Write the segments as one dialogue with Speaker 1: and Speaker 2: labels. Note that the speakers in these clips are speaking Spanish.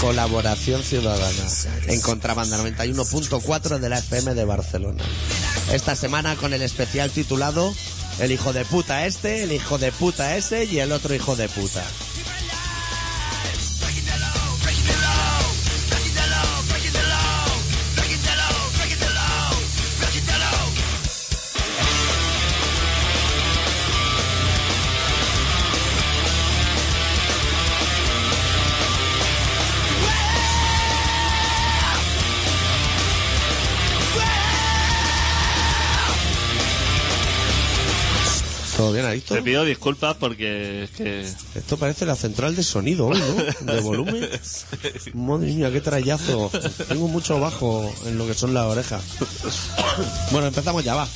Speaker 1: Colaboración Ciudadana en Contrabanda 91.4 de la FM de Barcelona. Esta semana con el especial titulado El hijo de puta este, el hijo de puta ese y el otro hijo de puta. ¿Todo bien, Adicto?
Speaker 2: Te pido disculpas porque es que...
Speaker 1: Esto parece la central de sonido hoy, ¿no? De volumen. Madre mía, qué trayazo. Tengo mucho bajo en lo que son las orejas. Bueno, empezamos ya, va.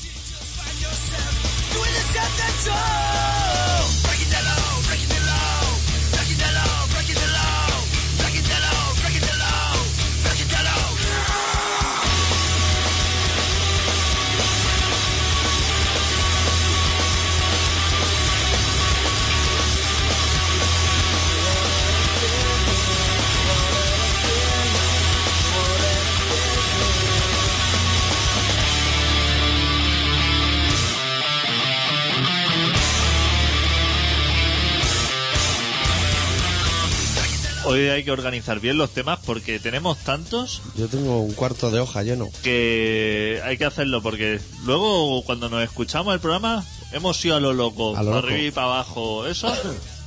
Speaker 2: Hoy hay que organizar bien los temas porque tenemos tantos
Speaker 1: Yo tengo un cuarto de hoja lleno.
Speaker 2: que hay que hacerlo porque luego cuando nos escuchamos el programa hemos ido a lo loco,
Speaker 1: A lo
Speaker 2: para
Speaker 1: loco.
Speaker 2: arriba y para abajo, eso.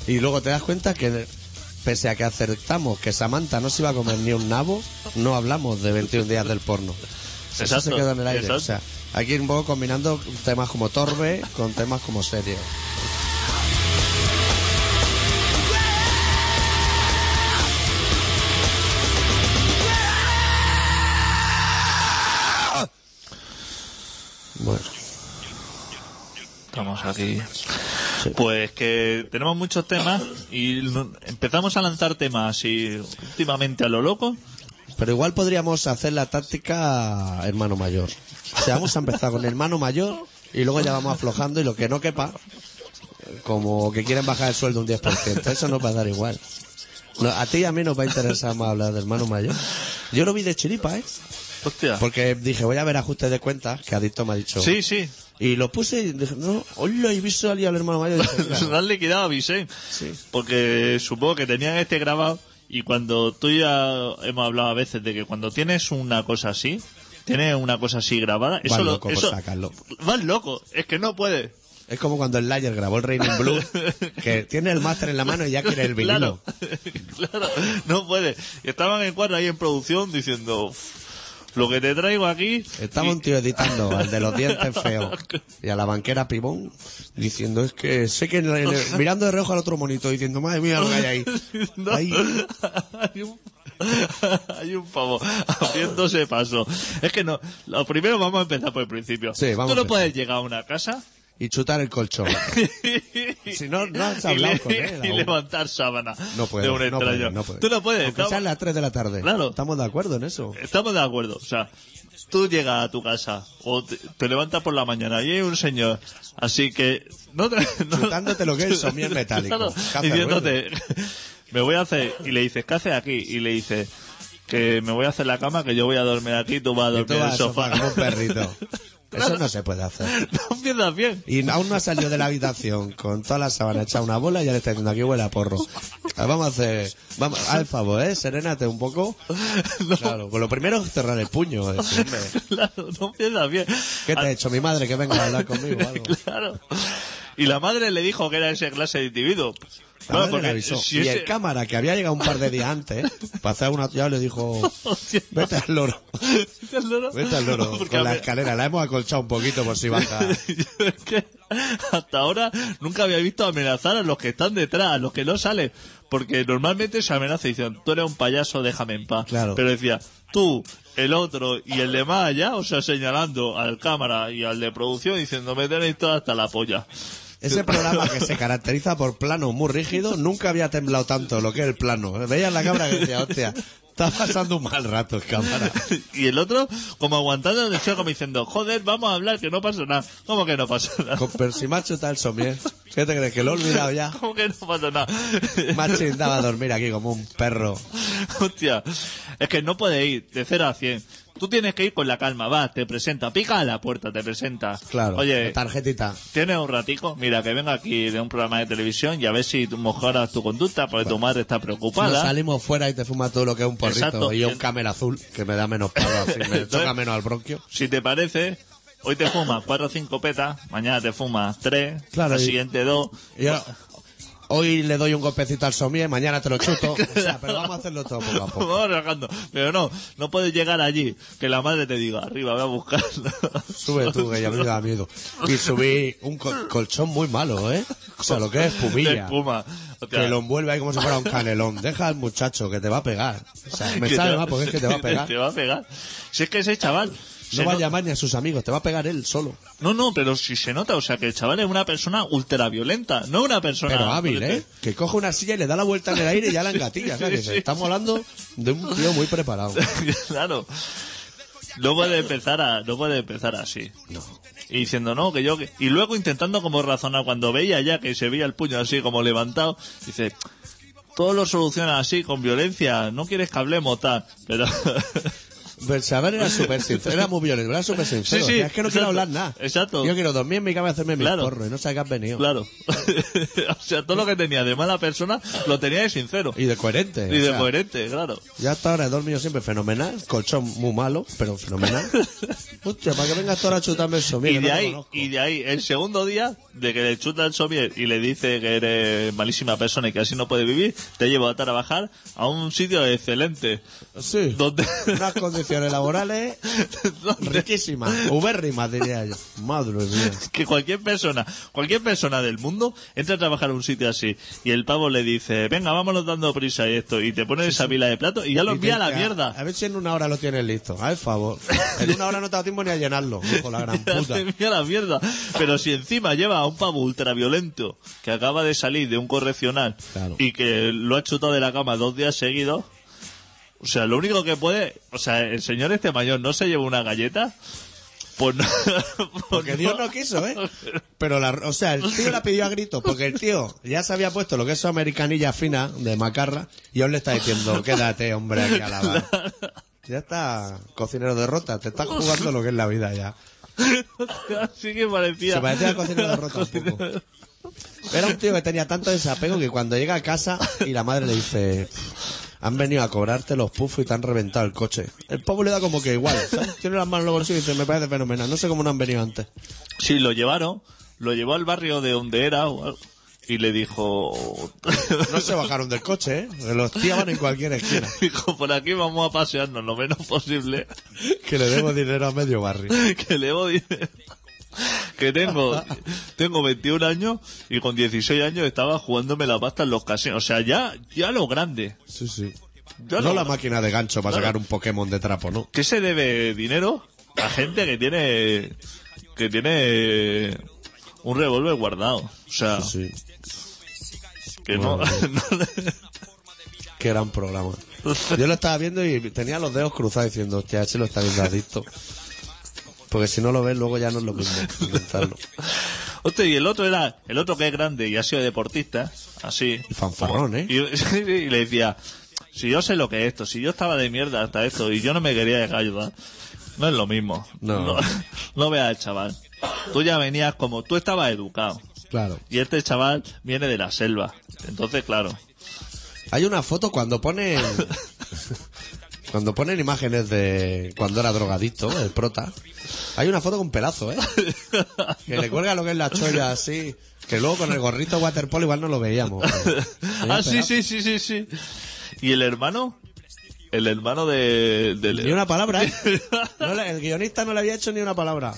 Speaker 1: Y luego te das cuenta que, pese a que acertamos que Samantha no se iba a comer ni un nabo, no hablamos de 21 días del porno. Eso se
Speaker 2: Exacto,
Speaker 1: queda en el aire.
Speaker 2: exacto.
Speaker 1: O sea, hay que ir un poco combinando temas como torbe con temas como serio. Bueno,
Speaker 2: Estamos aquí. Pues que tenemos muchos temas y no- empezamos a lanzar temas y últimamente a lo loco.
Speaker 1: pero igual podríamos hacer la táctica hermano mayor. O sea, vamos a empezar con hermano mayor y luego ya vamos aflojando y lo que no quepa, como que quieren bajar el sueldo un 10%, eso nos va a dar igual. No, a ti y a mí nos va a interesar más hablar de hermano mayor. Yo lo vi de chiripa, ¿eh?
Speaker 2: Hostia.
Speaker 1: Porque dije, voy a ver ajustes de cuentas, que Adicto me ha dicho.
Speaker 2: Sí, sí.
Speaker 1: Y lo puse y dije, no, hola, y vi salir al hermano mayor. Y dije,
Speaker 2: Nos
Speaker 1: claro.
Speaker 2: han liquidado a Vicente.
Speaker 1: Sí.
Speaker 2: Porque supongo que tenían este grabado y cuando tú ya hemos hablado a veces de que cuando tienes una cosa así, tienes una cosa así grabada, eso lo
Speaker 1: loco por
Speaker 2: eso-
Speaker 1: sacarlo.
Speaker 2: Vas loco, es que no puedes.
Speaker 1: Es como cuando el Layer grabó el Raining Blue, que tiene el máster en la mano y ya quiere el vinilo.
Speaker 2: Claro, claro, no puede. Y estaban en cuadro ahí en producción diciendo, "Uf, lo que te traigo aquí...
Speaker 1: Estaba
Speaker 2: y-
Speaker 1: un tío editando al de los dientes feos y a la banquera Pibón diciendo, es que sé que en el- en el- mirando de reojo al otro monito diciendo, madre mía lo que hay ahí.
Speaker 2: No.
Speaker 1: Ahí.
Speaker 2: hay, un, hay un pavo haciéndose paso. Es que no, lo primero vamos a empezar por el principio.
Speaker 1: Sí, vamos
Speaker 2: Tú no
Speaker 1: a empezar.
Speaker 2: puedes llegar a una casa
Speaker 1: Y chutar el colchón. Si no, no has hablado
Speaker 2: y,
Speaker 1: con él
Speaker 2: y
Speaker 1: aún.
Speaker 2: levantar sábana
Speaker 1: No
Speaker 2: de
Speaker 1: puedo,
Speaker 2: un
Speaker 1: no
Speaker 2: extraño.
Speaker 1: puedo, no puedo.
Speaker 2: Tú no puedes.
Speaker 1: Aunque
Speaker 2: estamos-
Speaker 1: sean las 3 de la tarde.
Speaker 2: Claro. Eh,
Speaker 1: Estamos de acuerdo en eso.
Speaker 2: Estamos de acuerdo, o sea, tú llegas a tu casa o te, te levantas por la mañana y hay un señor, así que no te, no-
Speaker 1: Chutándote lo que es, son bien metálicos, que hace
Speaker 2: diciéndote, me voy a hacer y le dices ¿qué haces aquí? Y le dices que me voy a hacer la cama, que yo voy a dormir aquí, tú vas a
Speaker 1: Y tú
Speaker 2: dormir en
Speaker 1: vas
Speaker 2: el
Speaker 1: al
Speaker 2: sofá.
Speaker 1: sofá como un perrito. Eso no se puede hacer.
Speaker 2: no empiezas bien.
Speaker 1: Y aún no ha salido de la habitación con toda la sábana hecha una bola y ya le está diciendo aquí huele a porro. A ver, Vamos a hacer, vamos, al favor, eh, serénate un poco. Claro, pues lo primero es cerrar el puño. decir, hombre,
Speaker 2: Claro, no empiezas bien.
Speaker 1: ¿Qué te
Speaker 2: Ah.
Speaker 1: ha hecho mi madre que venga a hablar conmigo o algo?
Speaker 2: Claro. Y la madre le dijo que era ese clase de individuo.
Speaker 1: La
Speaker 2: Claro,
Speaker 1: madre le avisó.
Speaker 2: si
Speaker 1: y
Speaker 2: ese-
Speaker 1: el cámara que había llegado un par de días antes para hacer una tuya le dijo
Speaker 2: Hostia.
Speaker 1: vete al loro,
Speaker 2: Vete al loro.
Speaker 1: vete al loro
Speaker 2: Porque
Speaker 1: con la
Speaker 2: había-
Speaker 1: escalera, la hemos acolchado un poquito por si baja.
Speaker 2: Yo es que hasta ahora nunca había visto amenazar a los que están detrás, a los que no salen. Porque normalmente se amenaza y dicen, tú eres un payaso, déjame en paz.
Speaker 1: Claro.
Speaker 2: Pero decía, tú, el otro y el de más allá, o sea, señalando al cámara y al de producción diciendo, me tenéis toda hasta la polla.
Speaker 1: Ese programa que se caracteriza por planos muy rígidos, nunca había temblado tanto lo que es el plano. Veías la cámara que decía, hostia, Está pasando un mal rato en cámara.
Speaker 2: Y el otro, como aguantando en el suelo, como diciendo, joder, vamos a hablar, que no pasa nada. ¿Cómo que no pasa nada?
Speaker 1: Con Persimacho está el somier. ¿Qué te crees? Que lo he olvidado ya.
Speaker 2: ¿Cómo que no pasa nada?
Speaker 1: Macho intentaba dormir aquí como un perro.
Speaker 2: Hostia, es que no puede ir de 0 a 100. Tú tienes que ir con la calma, va, te presenta, pica a la puerta, te presenta.
Speaker 1: Claro.
Speaker 2: Oye,
Speaker 1: Tarjetita.
Speaker 2: ¿Tienes un ratico? Mira, que venga aquí de un programa de televisión y a ver si tú mejoras tu conducta, porque tu madre está
Speaker 1: Nos
Speaker 2: preocupada.
Speaker 1: salimos fuera y te fuma todo lo que es un porrito.
Speaker 2: Exacto.
Speaker 1: Y un camel azul, que me da menos palo así. Me toca
Speaker 2: Entonces-
Speaker 1: menos al bronquio.
Speaker 2: Si te parece, hoy te fumas cuatro o cinco petas, mañana te fumas tres,
Speaker 1: Claro,
Speaker 2: al
Speaker 1: y-
Speaker 2: siguiente dos.
Speaker 1: Y ahora- hoy le doy un golpecito al somier, mañana te lo chuto. O sea, pero vamos a hacerlo todo poco a poco.
Speaker 2: Vamos relajando. Pero no, no puedes llegar allí, que la madre te diga, arriba, ve a buscarla.
Speaker 1: Sube tú, que ya me da miedo. Y subí un col- colchón muy malo, ¿eh? O sea, lo que es
Speaker 2: De
Speaker 1: espumilla.
Speaker 2: espuma. O sea,
Speaker 1: Que lo envuelve ahí como si fuera un canelón. Deja al muchacho, que te va a pegar. O sea, me
Speaker 2: que
Speaker 1: sabe
Speaker 2: te-
Speaker 1: más porque es que te va a pegar.
Speaker 2: Te va a pegar. Si es que ese chaval... se
Speaker 1: No va a
Speaker 2: no-
Speaker 1: llamar ni a sus amigos, te va a pegar él solo.
Speaker 2: No, no, pero si se nota, o sea, que el chaval es una persona ultraviolenta, no una persona...
Speaker 1: Pero hábil, ¿eh? Que coge una silla y le da la vuelta en el aire y ya la engatilla. O sea, que
Speaker 2: Ah, Sí,
Speaker 1: se
Speaker 2: sí.
Speaker 1: estamos hablando de un tío muy preparado.
Speaker 2: claro. No puede empezar a, no puede empezar así. Y diciendo no, que yo que... y luego intentando como razonar cuando veía ya que se veía el puño así como levantado, dice todo lo soluciona así, con violencia, no quieres que hablemos tal, pero
Speaker 1: Pero Saber era súper sincero, era muy violento, era súper sincero.
Speaker 2: Sí, sí,
Speaker 1: O sea, es que no quiero
Speaker 2: exacto,
Speaker 1: hablar nada.
Speaker 2: exacto.
Speaker 1: Yo quiero dormir en mi cama y hacerme mi
Speaker 2: Claro.
Speaker 1: porro y no sé qué has venido.
Speaker 2: claro. o sea, todo lo que tenía de mala persona lo tenía de sincero
Speaker 1: Y de coherente.
Speaker 2: y
Speaker 1: o
Speaker 2: de
Speaker 1: sea,
Speaker 2: coherente, claro.
Speaker 1: Ya hasta ahora he dormido siempre fenomenal, colchón muy malo, pero fenomenal. Hostia, para que vengas tú ahora a chutarme el somier,
Speaker 2: Y
Speaker 1: que no
Speaker 2: de,
Speaker 1: te
Speaker 2: ahí,
Speaker 1: conozco.
Speaker 2: y de ahí, el segundo día de que le chuta el somier y le dice que eres malísima persona y que así no puede vivir, te llevo a trabajar a un sitio excelente.
Speaker 1: Sí.
Speaker 2: Donde,
Speaker 1: Unas condiciones laborales
Speaker 2: donde
Speaker 1: riquísimas, ubérrimas diría yo. Madre mía.
Speaker 2: que cualquier persona, cualquier persona del mundo entra a trabajar a un sitio así y el pavo le dice, venga, vámonos dando prisa y esto, y te pone esa pila de platos y ya lo
Speaker 1: Y
Speaker 2: envía a la
Speaker 1: dice,
Speaker 2: mierda.
Speaker 1: A ver si en una hora lo tienes listo. Haz el favor. En una hora no te da tiempo ni a llenarlo, hijo la gran puta.
Speaker 2: Te envía a la mierda. Pero si encima lleva a un pavo ultraviolento que acaba de salir de un correccional
Speaker 1: Claro.
Speaker 2: y que lo ha chutado de la cama dos días seguidos, o sea, lo único que puede, o sea, el señor este mayor no se lleva una galleta, pues no, pues
Speaker 1: Porque Dios no quiso, ¿eh? Pero la, o sea, el tío la pidió a gritos, porque el tío ya se había puesto lo que es su americanilla fina de macarra, y aún le está diciendo, quédate, hombre, aquí a lavar. Ya está, cocinero de rota, te estás jugando lo que es la vida ya.
Speaker 2: Así que parecía.
Speaker 1: Se parecía al cocinero de rota un poco. Era un tío que tenía tanto desapego que cuando llega a casa y la madre le dice, han venido a cobrarte los pufos y te han reventado el coche. El pobre le da como que igual, ¿sabes? Tiene las manos en los bolsillos y dice, me parece fenomenal, no sé cómo no han venido antes.
Speaker 2: Sí, lo llevaron, lo llevó al barrio de donde era o algo, y le dijo.
Speaker 1: No se bajaron del coche, ¿eh? Los tiraban en cualquier esquina.
Speaker 2: Dijo, por aquí vamos a pasearnos lo menos posible.
Speaker 1: Que le debo dinero a medio barrio.
Speaker 2: que le voy que tengo tengo 21 años y con 16 años estaba jugándome la pasta en los casinos o sea ya ya lo grande
Speaker 1: Sí, sí.
Speaker 2: Ya
Speaker 1: no
Speaker 2: lo-
Speaker 1: la máquina de gancho para
Speaker 2: Claro.
Speaker 1: sacar un Pokémon de trapo, ¿no?
Speaker 2: ¿qué se debe dinero a gente que tiene que tiene un revólver guardado o sea
Speaker 1: Sí.
Speaker 2: que no, no le-
Speaker 1: Qué gran programa. Yo lo estaba viendo y tenía los dedos cruzados diciendo, hostia, ese lo está viendo adicto. Porque si no lo ves, luego ya no es lo mismo intentarlo.
Speaker 2: Hostia, y el otro era, el otro que es grande y ha sido deportista, así.
Speaker 1: Y fanfarrón, ¿eh?
Speaker 2: Y, y le decía, si yo sé lo que es esto, si yo estaba de mierda hasta esto y yo no me quería dejar ayudar, no es lo mismo.
Speaker 1: No.
Speaker 2: No, no veas al chaval. Tú ya venías como, tú estabas educado.
Speaker 1: Claro.
Speaker 2: Y este chaval viene de la selva. Entonces, claro.
Speaker 1: Hay una foto cuando ponen. Cuando ponen imágenes de cuando era drogadicto, el prota, hay una foto con pelazo, ¿eh? Que le cuelga lo que es la cholla así, que luego con el gorrito waterpolo igual no lo veíamos. pero tenía
Speaker 2: ah, sí,
Speaker 1: pelazo.
Speaker 2: sí, sí, sí, sí. ¿Y el hermano? El hermano de... del-
Speaker 1: Ni una palabra, ¿eh? No le- el guionista no le había hecho ni una palabra.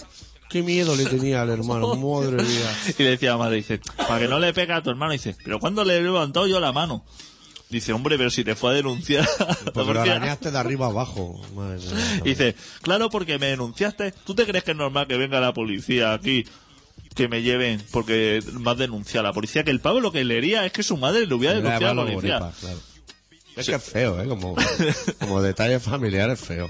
Speaker 1: Qué miedo le tenía al hermano, madre mía.
Speaker 2: Y le decía a la madre, dice, para que no le pegue a tu hermano, dice, pero ¿cuándo le he levantado yo la mano? Dice, hombre, pero si te fue a denunciar.
Speaker 1: Porque lo
Speaker 2: Porque-
Speaker 1: arañaste de arriba abajo. Madre mía.
Speaker 2: dice, claro, porque me denunciaste. ¿Tú te crees que es normal que venga la policía aquí? Que me lleven porque me has denunciado a la policía. Que el pavo lo que leería es que su madre lo hubiera
Speaker 1: Era
Speaker 2: denunciado a la
Speaker 1: Manolo
Speaker 2: policía.
Speaker 1: Bonipa, claro. Es que es feo, ¿eh? Como, como detalle familiar es feo.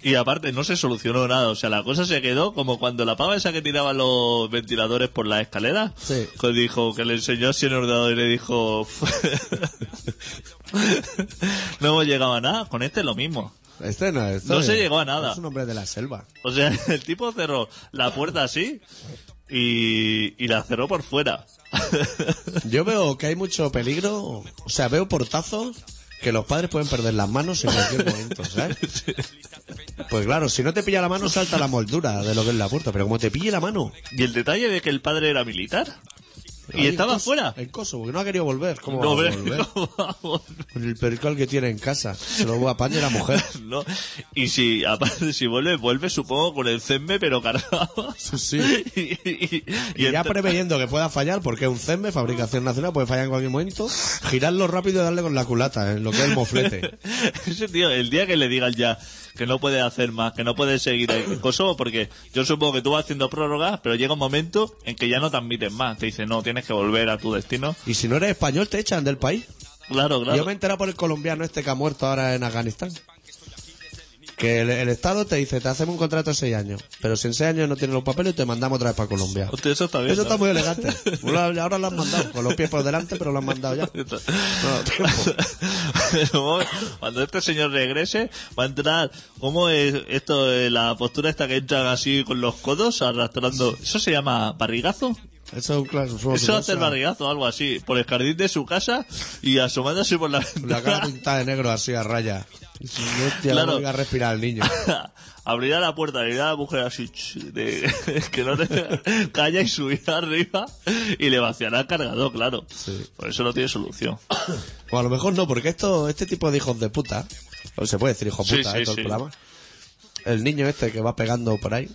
Speaker 2: Y aparte no se solucionó nada, o sea, la cosa se quedó como cuando la pava esa que tiraba los ventiladores por la escalera,
Speaker 1: Sí.
Speaker 2: que dijo, que le enseñó así en el ordenador y le dijo, no hemos llegado a nada, con este es lo mismo.
Speaker 1: Este no es.
Speaker 2: No se llegó a nada.
Speaker 1: Es un hombre de la selva.
Speaker 2: O sea, el tipo cerró la puerta así y, y la cerró por fuera.
Speaker 1: Yo veo que hay mucho peligro. O sea, veo portazos que los padres pueden perder las manos en cualquier momento, ¿sabes? Pues claro, si no te pilla la mano, salta la moldura de lo que es la puerta. Pero como te pille la mano.
Speaker 2: Y el detalle de que el padre era militar y
Speaker 1: ahí en
Speaker 2: estaba
Speaker 1: Kosovo-
Speaker 2: fuera.
Speaker 1: En Kosovo, que no ha querido volver. ¿Cómo
Speaker 2: No,
Speaker 1: va a
Speaker 2: ve-
Speaker 1: volver?
Speaker 2: no, vamos,
Speaker 1: Con el percal que tiene en casa. Se lo apaña la mujer.
Speaker 2: no. Y si, aparte, si vuelve, vuelve supongo con el CEMBE, pero cargado.
Speaker 1: Sí.
Speaker 2: Y, y- y
Speaker 1: Y ya
Speaker 2: entra-
Speaker 1: preveyendo que pueda fallar, porque es un CEMBE, fabricación nacional, puede fallar en cualquier momento, girarlo rápido y darle con la culata, en lo que es el moflete.
Speaker 2: Ese tío, el día que le digan ya que no puede hacer más, que no puede seguir en Kosovo, porque yo supongo que tú vas haciendo prórrogas, pero llega un momento en que ya no te admiten más. Te dicen, no, tienes que volver a tu destino.
Speaker 1: Y si no eres español, te echan del país.
Speaker 2: Claro, claro.
Speaker 1: Yo me he enterado por el colombiano este que ha muerto ahora en Afganistán. Que el, el Estado te dice, te hacemos un contrato de seis años, pero si en seis años no tienes los papeles, te mandamos otra vez para Colombia.
Speaker 2: Hostia, eso está bien.
Speaker 1: Eso
Speaker 2: ¿no?
Speaker 1: está muy elegante. Ahora ahora lo han mandado, con los pies por delante, pero lo han mandado ya. No, tiempo.
Speaker 2: Pero, Cuando este señor regrese, va a entrar. ¿Cómo es esto? eh, La postura esta que entran así con los codos arrastrando. ¿Eso se llama barrigazo?
Speaker 1: Eso es un claro.
Speaker 2: Eso hace el barrigazo, algo así. Por el jardín de su casa y asomándose por la
Speaker 1: La cara
Speaker 2: ventana.
Speaker 1: pintada de negro así a raya. Hostia,
Speaker 2: Claro.
Speaker 1: no llega a respirar el niño.
Speaker 2: Abrirá la puerta, abrirá a la mujer así, ch, de, que no te calla y subirá arriba y le vaciará el cargador, claro. Por eso no tiene solución.
Speaker 1: O Pues a lo mejor no, porque esto, este tipo de hijos de puta, o se puede decir hijos de
Speaker 2: Sí,
Speaker 1: puta,
Speaker 2: sí,
Speaker 1: eh, todo
Speaker 2: sí.
Speaker 1: el programa. El niño este que va pegando por ahí,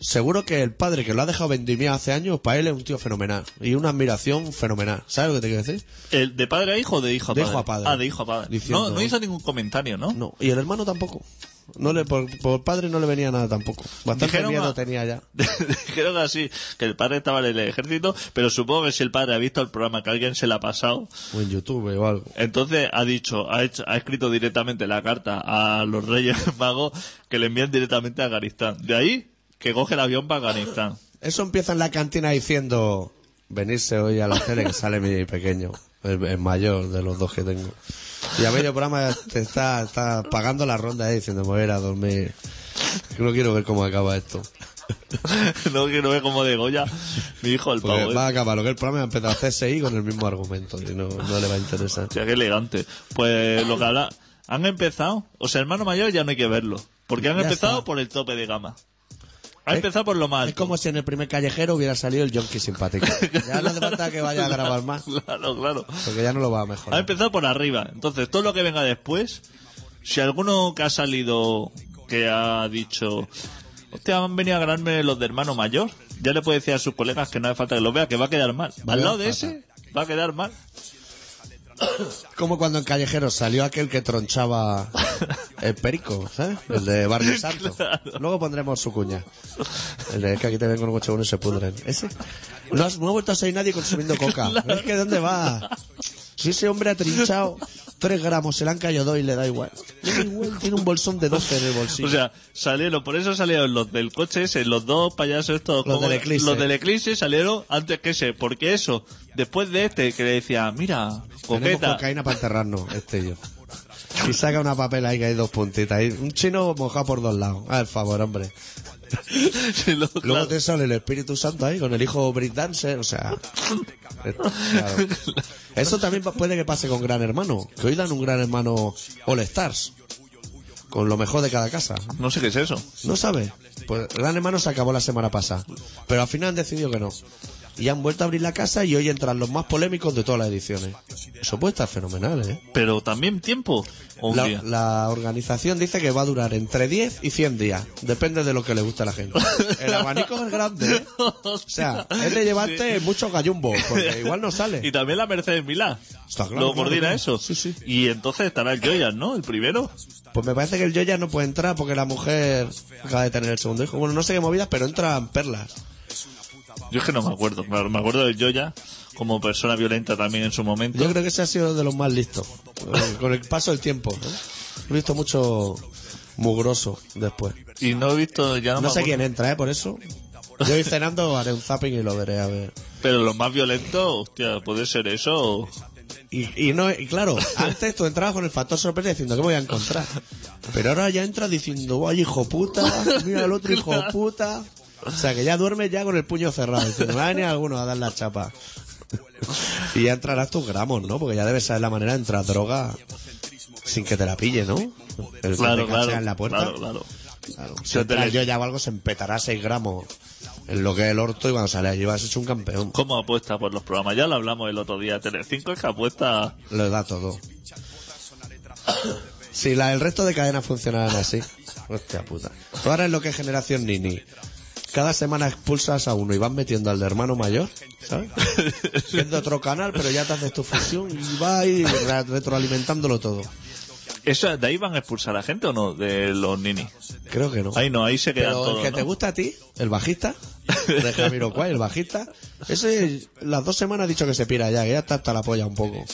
Speaker 1: seguro que el padre que lo ha dejado vendimiar hace años, para él es un tío fenomenal. Y una admiración fenomenal. ¿Sabes lo que te quiero decir?
Speaker 2: ¿El ¿De padre a hijo o de hijo a
Speaker 1: De
Speaker 2: padre?
Speaker 1: hijo a padre.
Speaker 2: Ah, de hijo a padre.
Speaker 1: Diciendo-
Speaker 2: no, no hizo ningún comentario, ¿no?
Speaker 1: No. Y el hermano tampoco. No le, por, por padre no le venía nada tampoco. Bastante
Speaker 2: Dijeron
Speaker 1: miedo
Speaker 2: a-
Speaker 1: tenía ya.
Speaker 2: Creo que así, que el padre estaba en el ejército, pero supongo que si el padre ha visto el programa que alguien se la ha pasado,
Speaker 1: O en YouTube o algo.
Speaker 2: entonces ha dicho, ha, hecho- ha escrito directamente la carta a los reyes magos que le envían directamente a Afganistán. De ahí que coge el avión para Afganistán.
Speaker 1: Eso empieza en la cantina diciendo, venirse hoy a la tele que sale mi pequeño, el, el mayor de los dos que tengo. Y a medio programa te está, está pagando la ronda ahí diciendo, me voy a ir a dormir. Que No quiero ver cómo acaba esto.
Speaker 2: no quiero ver como de Goya, mi hijo el
Speaker 1: Porque
Speaker 2: pavo. ¿eh?
Speaker 1: Pues, va a acabar lo que el programa va a empezar a CSI con el mismo argumento. Y no, no le va a interesar.
Speaker 2: Hostia, qué elegante. Pues lo que habla, han empezado, o sea, hermano mayor ya no hay que verlo, porque han
Speaker 1: Ya
Speaker 2: empezado
Speaker 1: está.
Speaker 2: por el tope de gama. Ha
Speaker 1: Es-
Speaker 2: empezado por lo más
Speaker 1: Es
Speaker 2: alto.
Speaker 1: como si en el primer callejero hubiera salido el yonki simpático. Ya no hace falta que vaya a grabar más.
Speaker 2: Claro, claro.
Speaker 1: Porque ya no lo va a
Speaker 2: Ha
Speaker 1: mejorar.
Speaker 2: empezado por arriba. Entonces, todo lo que venga después, si alguno que ha salido, que ha dicho, hostia, han venido a ganarme los de hermano mayor, ya le puede decir a sus colegas que no hace falta que lo vea, que va a quedar mal.
Speaker 1: Va a quedar
Speaker 2: Al lado de
Speaker 1: fatal.
Speaker 2: ese, va a quedar mal.
Speaker 1: Como cuando en Callejero salió aquel que tronchaba el perico, ¿sabes? El de Barrio Santo. Luego pondremos su cuña. El de, es que aquí te ven con un coche uno y se pudren. Ese. No, has, no ha vuelto a salir nadie consumiendo coca. Es que ¿dónde va? Si ese hombre ha trinchado tres gramos, se le han caído dos y le da igual. Le da igual, tiene un bolsón de 12 en el bolsillo.
Speaker 2: O sea, salieron, por eso salieron los del coche ese, los dos payasos estos.
Speaker 1: Los
Speaker 2: ¿cómo?
Speaker 1: del Eclipse.
Speaker 2: Los del Eclipse salieron antes que ese, porque eso, después de este, que le decía, mira,
Speaker 1: Tenemos
Speaker 2: coqueta.
Speaker 1: cocaína para enterrarnos, este y yo. Y saca una papel ahí que hay dos puntitas. ahí. un chino mojado por dos lados. Al favor, hombre.
Speaker 2: Sí, lo-
Speaker 1: Luego
Speaker 2: claro.
Speaker 1: te sale el Espíritu Santo ahí con el hijo Britt Dancer, o sea. eh, claro. Eso también pa- puede que pase con Gran Hermano. Que hoy dan un Gran Hermano All Stars. Con lo mejor de cada casa.
Speaker 2: No sé qué es eso.
Speaker 1: ¿No sabe? Pues Gran Hermano se acabó la semana pasada. Pero al final han decidido que no. Y han vuelto a abrir la casa y hoy entran los más polémicos de todas las ediciones. Eso puede estar fenomenal, ¿eh?
Speaker 2: Pero también tiempo. o un
Speaker 1: La,
Speaker 2: día.
Speaker 1: la organización dice que va a durar entre 10 y 100 días. Depende de lo que le guste a la gente. El abanico es grande. ¿eh? O sea, es de llevarte muchos gallumbos, porque igual no
Speaker 2: Y
Speaker 1: sale.
Speaker 2: también la Mercedes Milá.
Speaker 1: Está claro,
Speaker 2: Lo
Speaker 1: claro,
Speaker 2: coordina
Speaker 1: claro.
Speaker 2: eso.
Speaker 1: Sí, sí.
Speaker 2: Y entonces estará el Joyan, ¿no? El primero.
Speaker 1: Pues me parece que el Joya no puede entrar porque la mujer acaba de tener el segundo hijo. Bueno, no sé qué movidas, pero entran perlas.
Speaker 2: Yo es que no me acuerdo. Me me acuerdo del Joya como persona violenta también en su momento.
Speaker 1: Yo creo que ese ha sido de los más listos. eh, Con el paso del tiempo. ¿eh? He visto mucho mugroso después.
Speaker 2: Y no he visto, ya no,
Speaker 1: No
Speaker 2: me
Speaker 1: sé
Speaker 2: acuerdo.
Speaker 1: quién entra, ¿eh? Por eso. Yo voy cenando, haré un zapping y lo veré a ver.
Speaker 2: Pero los más violentos, hostia, puede ser eso. o-
Speaker 1: Pues Y, y no, y claro, antes tú entrabas con el factor sorpresa diciendo que voy a encontrar. Pero ahora ya entras diciendo, vaya hijo puta, mira el otro hijo puta. O sea que ya duermes ya con el puño cerrado, diciendo, va a venir alguno a dar la chapa. Y ya entrarás tus gramos, ¿no? Porque ya debes saber la manera de entrar droga sin que te la pille, ¿no? El que
Speaker 2: Claro,
Speaker 1: te cachea
Speaker 2: claro,
Speaker 1: en la puerta.
Speaker 2: claro, claro.
Speaker 1: Claro. Si
Speaker 2: Se te
Speaker 1: entras
Speaker 2: le-
Speaker 1: yo ya o algo se empetará 6 gramos en lo que es el orto y cuando sale allí vas hecho un campeón.
Speaker 2: ¿Cómo apuesta por los programas? Ya lo hablamos el otro día. Telecinco es que apuesta...
Speaker 1: Lo da todo. Si la, el resto de cadenas funcionaran así. Hostia puta. Tú ahora es lo que es generación Nini. Cada semana expulsas a uno y vas metiendo al de hermano mayor, ¿sabes? Es de otro canal, pero ya te haces tu fusión y vas ahí re- retroalimentándolo todo.
Speaker 2: ¿Eso, ¿De ahí van a expulsar a gente o no? De los ninis.
Speaker 1: Creo que no.
Speaker 2: Ahí no, ahí se quedan
Speaker 1: Pues Pero
Speaker 2: todos,
Speaker 1: el que
Speaker 2: ¿no?
Speaker 1: te gusta a ti, el bajista, de Jamiroquai, el bajista, ese las dos semanas ha dicho que se pira ya, que ya está hasta la polla un poco.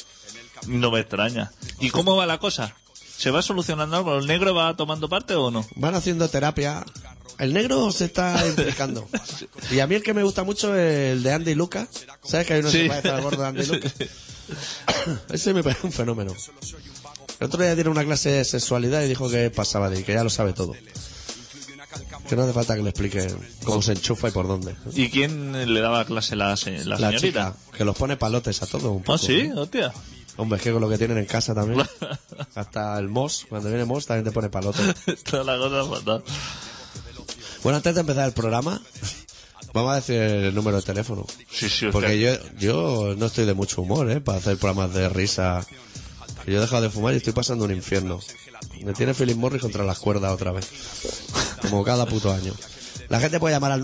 Speaker 2: No me extraña. ¿Y cómo va la cosa? ¿Se va solucionando algo? ¿El negro va tomando parte o no?
Speaker 1: Van haciendo terapia. El negro se está implicando. Y a mí el que me gusta mucho es el de Andy Lucas. ¿Sabes que hay uno que
Speaker 2: Sí.
Speaker 1: se parece al gordo de Andy Lucas? Ese me parece un fenómeno. El otro día dieron una clase de sexualidad y dijo que pasaba de ahí, que ya lo sabe todo. Que no hace falta que le explique cómo se enchufa y por dónde.
Speaker 2: ¿Y quién le daba clase la, se- la
Speaker 1: La
Speaker 2: señorita?
Speaker 1: chica, que los pone palotes a todos un poco.
Speaker 2: Ah, sí,
Speaker 1: ¿eh?
Speaker 2: hostia.
Speaker 1: Hombre, es que con lo que tienen en casa también. Hasta el Moss, cuando viene Moss también te pone palotes.
Speaker 2: Está la cosa fatal.
Speaker 1: Bueno, antes de empezar el programa, vamos a decir el número de teléfono.
Speaker 2: Sí, sí, hostia.
Speaker 1: Porque yo, yo no estoy de mucho humor, ¿eh? Para hacer programas de risa. Yo he dejado de fumar y estoy pasando un infierno. Me tiene Philip Morris contra las cuerdas otra vez. Como cada puto año. La gente puede llamar al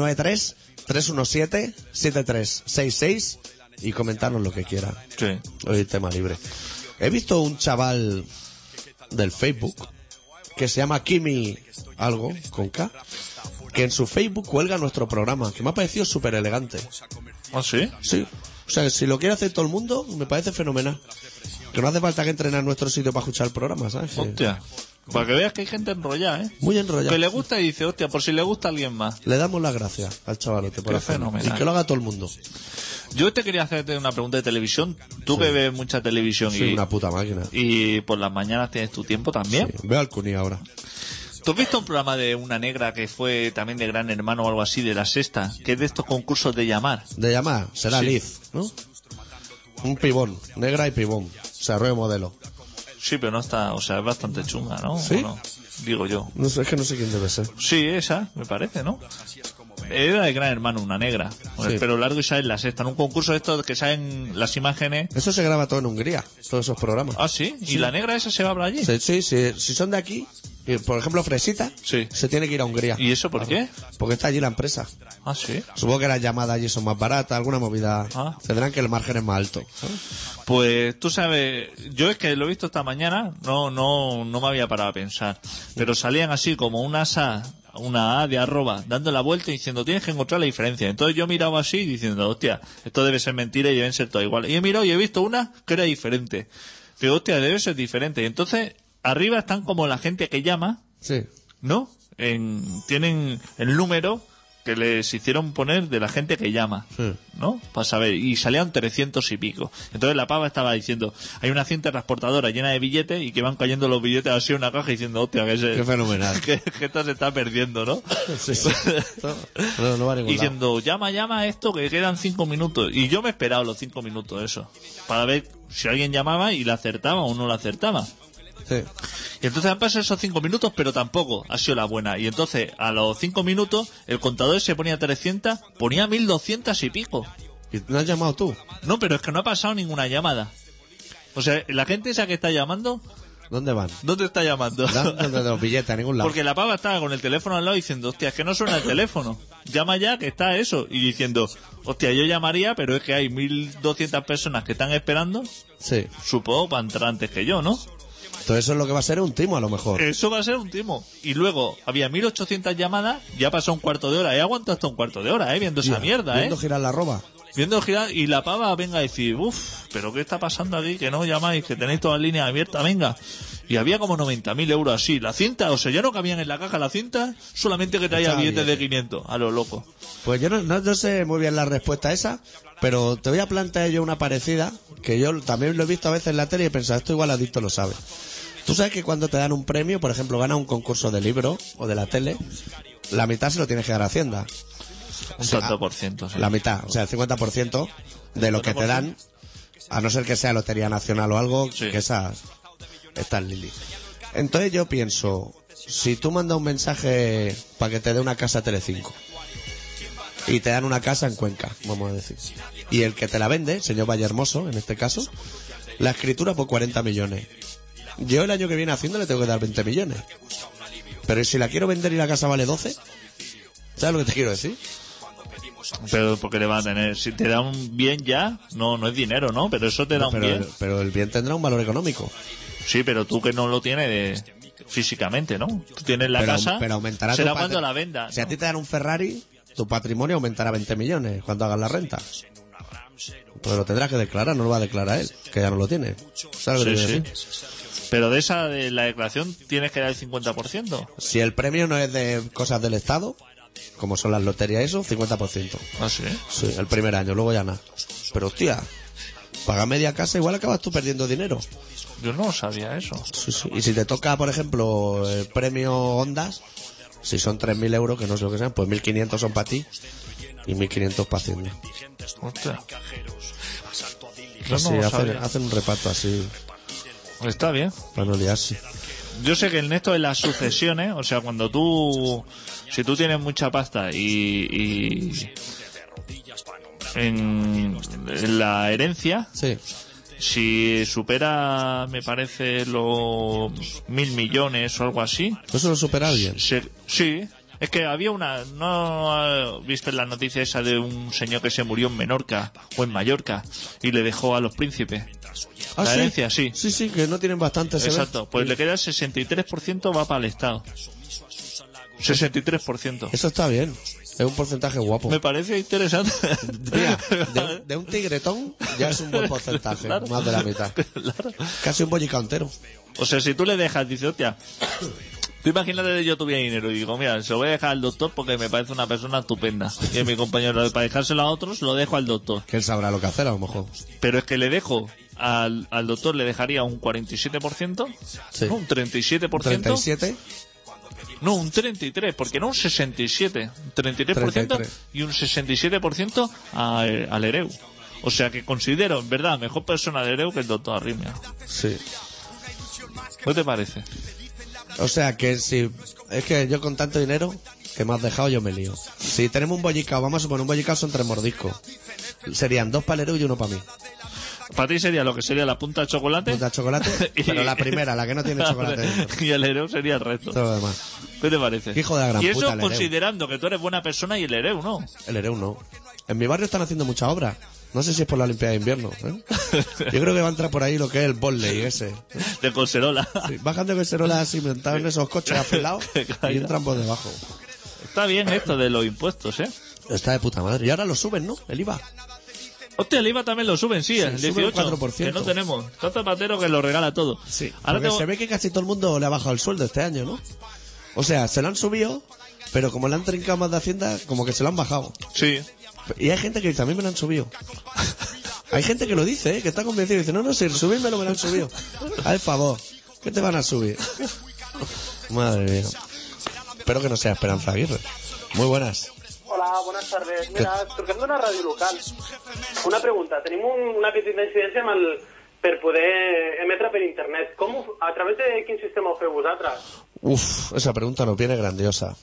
Speaker 1: 93-317-7366 y comentarnos lo que quiera.
Speaker 2: Sí.
Speaker 1: Hoy tema libre. He visto un chaval del Facebook que se llama Kimi algo, con K, que en su Facebook cuelga nuestro programa, que me ha parecido súper elegante.
Speaker 2: ¿Ah, sí?
Speaker 1: Sí. O sea, que si lo quiere hacer todo el mundo, me parece fenomenal. Que no hace falta que entrenar en nuestro sitio para escuchar el programa, ¿sabes? Que-
Speaker 2: Hostia. Para que veas que hay gente enrollada, ¿eh?
Speaker 1: Muy enrollado.
Speaker 2: Que le gusta y dice, hostia, por si le gusta a alguien más.
Speaker 1: Le damos las gracias al chavalote por
Speaker 2: Qué
Speaker 1: hacerlo. Y
Speaker 2: fenomenal.
Speaker 1: que lo haga todo el mundo.
Speaker 2: Yo te quería hacerte una pregunta de televisión. Tú que ves mucha televisión
Speaker 1: Sí,
Speaker 2: y,
Speaker 1: una puta máquina.
Speaker 2: y por las mañanas tienes tu tiempo también.
Speaker 1: Sí. Veo al Cuni ahora.
Speaker 2: ¿Tú has visto un programa de una negra que fue también de Gran Hermano o algo así, de la sexta, que es de estos concursos de llamar?
Speaker 1: De llamar, será
Speaker 2: Sí.
Speaker 1: Liz, ¿no? Un pibón, negra y pibón. Se arrué modelo.
Speaker 2: Sí, pero no está, o sea, es bastante chunga, ¿no?
Speaker 1: ¿Sí?
Speaker 2: ¿O no? Digo yo.
Speaker 1: No sé, es que no sé quién debe ser.
Speaker 2: Sí, esa, me parece, ¿no? Era de Gran Hermano, una negra, con
Speaker 1: Sí.
Speaker 2: el pelo largo y sale en la sexta, en un concurso de estos que salen las imágenes.
Speaker 1: Eso se graba todo en Hungría, todos esos programas.
Speaker 2: Ah, sí, y la negra esa se va a hablar allí.
Speaker 1: Sí, sí, sí, si son de aquí, y, por ejemplo Fresita,
Speaker 2: Sí.
Speaker 1: se tiene que ir a Hungría.
Speaker 2: ¿Y eso por qué?
Speaker 1: Porque está allí la empresa.
Speaker 2: Ah, sí.
Speaker 1: Supongo que las llamadas allí son más baratas, alguna movida.
Speaker 2: Ah.
Speaker 1: Tendrán que el margen es más alto.
Speaker 2: Pues tú sabes, yo es que lo he visto esta mañana, no, no, no me había parado a pensar, pero salían así como una asa, una A de arroba, dando la vuelta y diciendo tienes que encontrar la diferencia. Entonces yo miraba así diciendo, hostia, esto debe ser mentira y deben ser todo igual. Y he mirado y he visto una que era diferente. Digo, hostia, debe ser diferente. Y entonces, arriba están como la gente que llama,
Speaker 1: Sí.
Speaker 2: ¿no? En- tienen el número que les hicieron poner de la gente que llama,
Speaker 1: Sí.
Speaker 2: ¿no? Para saber. Y salían 300 y pico. Entonces la pava estaba diciendo, hay una cinta transportadora llena de billetes y que van cayendo los billetes así en una caja diciendo, hostia, que, se,
Speaker 1: Qué fenomenal.
Speaker 2: que, que esto se está perdiendo, ¿no?
Speaker 1: Sí, sí. no, no va a ningún
Speaker 2: Y
Speaker 1: lado.
Speaker 2: diciendo, llama, llama a esto que quedan cinco minutos. Y yo me he esperado los cinco minutos eso. Para ver si alguien llamaba y la acertaba o no la acertaba.
Speaker 1: Sí.
Speaker 2: Y entonces han pasado esos cinco minutos, pero tampoco ha sido la buena. Y entonces, a los cinco minutos, el contador se ponía 300, ponía 1200 y pico.
Speaker 1: ¿Y ¿No has llamado tú?
Speaker 2: No, pero es que no ha pasado ninguna llamada. O sea, la gente esa que está llamando,
Speaker 1: ¿Dónde van?
Speaker 2: ¿dónde está llamando?
Speaker 1: No, no de los billetes, a ningún lado.
Speaker 2: Porque la pava estaba con el teléfono al lado diciendo, hostia, es que no suena el teléfono. Llama ya, que está eso. Y diciendo, hostia, yo llamaría, pero es que hay 1200 personas que están esperando,
Speaker 1: Sí.
Speaker 2: supongo, para entrar antes que yo, ¿no?
Speaker 1: Todo eso es lo que va a ser un timo, a lo mejor.
Speaker 2: Eso va a ser un timo. Y luego había 1800 llamadas, ya pasó un cuarto de hora. He aguantado hasta un cuarto de hora, ¿eh? Viendo esa mierda, ¿eh?
Speaker 1: Viendo girar la roba.
Speaker 2: Viendo girar y la pava venga a decir, uff, pero ¿qué está pasando aquí? Que no os llamáis, que tenéis todas las líneas abiertas, venga. Y había como 90.000 euros así. La cinta, o sea, ya no cabían en la caja la cinta, solamente que traía
Speaker 1: Está
Speaker 2: billetes
Speaker 1: bien.
Speaker 2: de 500, a lo loco.
Speaker 1: Pues yo no, no- no sé muy bien la respuesta a esa, pero te voy a plantear yo una parecida, que yo también lo he visto a veces en la tele y he pensado, esto igual Adicto lo sabe. Tú sabes que cuando te dan un premio, por ejemplo, ganas un concurso de libro o de la tele, la mitad se lo tienes que dar a Hacienda.
Speaker 2: Un
Speaker 1: sea,
Speaker 2: tanto por ciento. sí.
Speaker 1: ah, La mitad, o sea, el 50% de lo que te dan, a no ser que sea Lotería Nacional o algo,
Speaker 2: Sí.
Speaker 1: que esas están Lili. Entonces yo pienso, si tú mandas un mensaje para que te dé una casa a Telecinco y te dan una casa en Cuenca, vamos a decir, y el que te la vende, señor Valle Hermoso en este caso, la escritura por 40 millones. Yo el año que viene haciendo le tengo que dar 20 millones. Pero ¿y si la quiero vender y la casa vale 12, ¿sabes lo que te quiero decir?
Speaker 2: Pero porque le va a tener, si te da un bien ya, no, no es dinero, ¿no? Pero eso te da un
Speaker 1: pero,
Speaker 2: bien.
Speaker 1: pero el bien tendrá un valor económico.
Speaker 2: Sí, pero tú que no lo tienes eh, físicamente, ¿no? Tú tienes la
Speaker 1: pero,
Speaker 2: casa,
Speaker 1: pero aumentará tu
Speaker 2: será
Speaker 1: patri-
Speaker 2: cuando la venda.
Speaker 1: Si a ti te dan un Ferrari, tu patrimonio aumentará 20 millones cuando hagas la renta. Pero lo tendrás que declarar, no lo va a declarar él, que ya no lo tiene. ¿Sabes lo que
Speaker 2: Sí,
Speaker 1: te
Speaker 2: sí.
Speaker 1: quiero decir?
Speaker 2: Pero de esa, de la declaración, tienes que dar el 50%.
Speaker 1: Si el premio no es de cosas del Estado, como son las loterías y eso, 50%.
Speaker 2: Ah, sí.
Speaker 1: Sí, el primer año, luego ya nada. Pero hostia, pagar media casa igual acabas tú perdiendo dinero.
Speaker 2: Yo no sabía eso.
Speaker 1: Sí, sí. Y si te toca, por ejemplo, el premio Ondas, si son 3.000 euros, que no sé lo que sean, pues 1.500 son para ti y 1.500 para Hacienda.
Speaker 2: Hostia. Yo
Speaker 1: Así,
Speaker 2: no lo
Speaker 1: hacen,
Speaker 2: sabía. Pues
Speaker 1: hacen un reparto así,
Speaker 2: Está bien.
Speaker 1: para no liarse.
Speaker 2: Yo sé que en esto de las sucesiones, o sea, cuando tú, si tú tienes mucha pasta y, y en, en la herencia,
Speaker 1: Sí.
Speaker 2: si supera, me parece, los mil millones o algo así,
Speaker 1: Eso lo supera alguien.
Speaker 2: se- sí. Es que había una, ¿no eh, viste la noticia esa de un señor que se murió en Menorca o en Mallorca y le dejó a los príncipes?
Speaker 1: Ah,
Speaker 2: La herencia, sí.
Speaker 1: Sí, sí, que no tienen bastante. se ve.
Speaker 2: Exacto, pues le queda el 63% va para el Estado. 63%.
Speaker 1: Eso está bien. Es un porcentaje guapo.
Speaker 2: Me parece interesante.
Speaker 1: Mira, de, un- de un tigretón ya es un buen porcentaje,
Speaker 2: Claro.
Speaker 1: más de la mitad.
Speaker 2: Claro.
Speaker 1: Casi un bollica entero.
Speaker 2: O sea, si tú le dejas, dice, hostia, tú imagínate que yo tuviera dinero y digo, mira, se lo voy a dejar al doctor porque me parece una persona estupenda. Y a mi compañero, para dejárselo a otros, lo dejo al doctor.
Speaker 1: Que él sabrá lo que hacer, a lo mejor.
Speaker 2: Pero es que le dejo al, al doctor, le dejaría un 47%,
Speaker 1: Sí.
Speaker 2: no un 37%,
Speaker 1: 37.
Speaker 2: No, un 33, porque no un 67. Un 33%,
Speaker 1: 33.
Speaker 2: y un 67% a- al Ereu. O sea que considero, en verdad, mejor persona al Ereu que el doctor Arrimia.
Speaker 1: Sí.
Speaker 2: ¿Qué te parece?
Speaker 1: O sea que si es que yo con tanto dinero que me has dejado yo me lío. Si tenemos un bollicao, vamos a suponer un bollicao son tres mordiscos. Serían dos para y uno para mí.
Speaker 2: Para ti sería lo que sería la punta de chocolate.
Speaker 1: Punta de chocolate,
Speaker 2: y- Ah,
Speaker 1: pero la primera, la que no tiene chocolate. dentro.
Speaker 2: y el Ereu sería el resto.
Speaker 1: Todo lo demás.
Speaker 2: ¿Qué te parece?
Speaker 1: Qué hijo de la gran
Speaker 2: y eso
Speaker 1: puta, el Ereu.
Speaker 2: considerando que tú eres buena persona y el Ereu no.
Speaker 1: El Ereu no. En mi barrio están haciendo muchas obras. No sé si es por la Olimpiada de Invierno. ¿eh? Yo creo que va a entrar por ahí lo que es el volley ese.
Speaker 2: De Colserola.
Speaker 1: Sí, bajan de cacerolas así, montados en esos coches afilados y entran por debajo.
Speaker 2: Está bien esto de los impuestos, ¿eh?
Speaker 1: Está de puta madre. Y ahora lo suben, ¿no? El IVA.
Speaker 2: Hostia, el IVA también lo suben, sí, el
Speaker 1: sube un
Speaker 2: 18,
Speaker 1: 4%.
Speaker 2: que no tenemos. Está Zapatero que lo regala todo. Ahora
Speaker 1: Ahora
Speaker 2: tengo...
Speaker 1: se ve que casi todo el mundo le ha bajado el sueldo este año, ¿no? O sea, se lo han subido, pero como le han trincado más de Hacienda, como que se lo han bajado.
Speaker 2: Sí.
Speaker 1: Y hay gente que dice, a mí me lo han subido. hay gente que lo dice, ¿eh? que está convencido. Dice, no, no, si subírmelo me lo han subido. Al favor, ¿qué te van a subir? Madre mía. Espero que no sea Esperanza Aguirre. Muy buenas.
Speaker 3: Hola, buenas tardes. Mira, trucando una radio local. Una pregunta. Tenim un, una petita incidència amb el, per poder emetre per internet. Com, ho- a través de quin sistema ho feu vosaltres?
Speaker 1: Uf, esa pregunta nos viene grandiosa.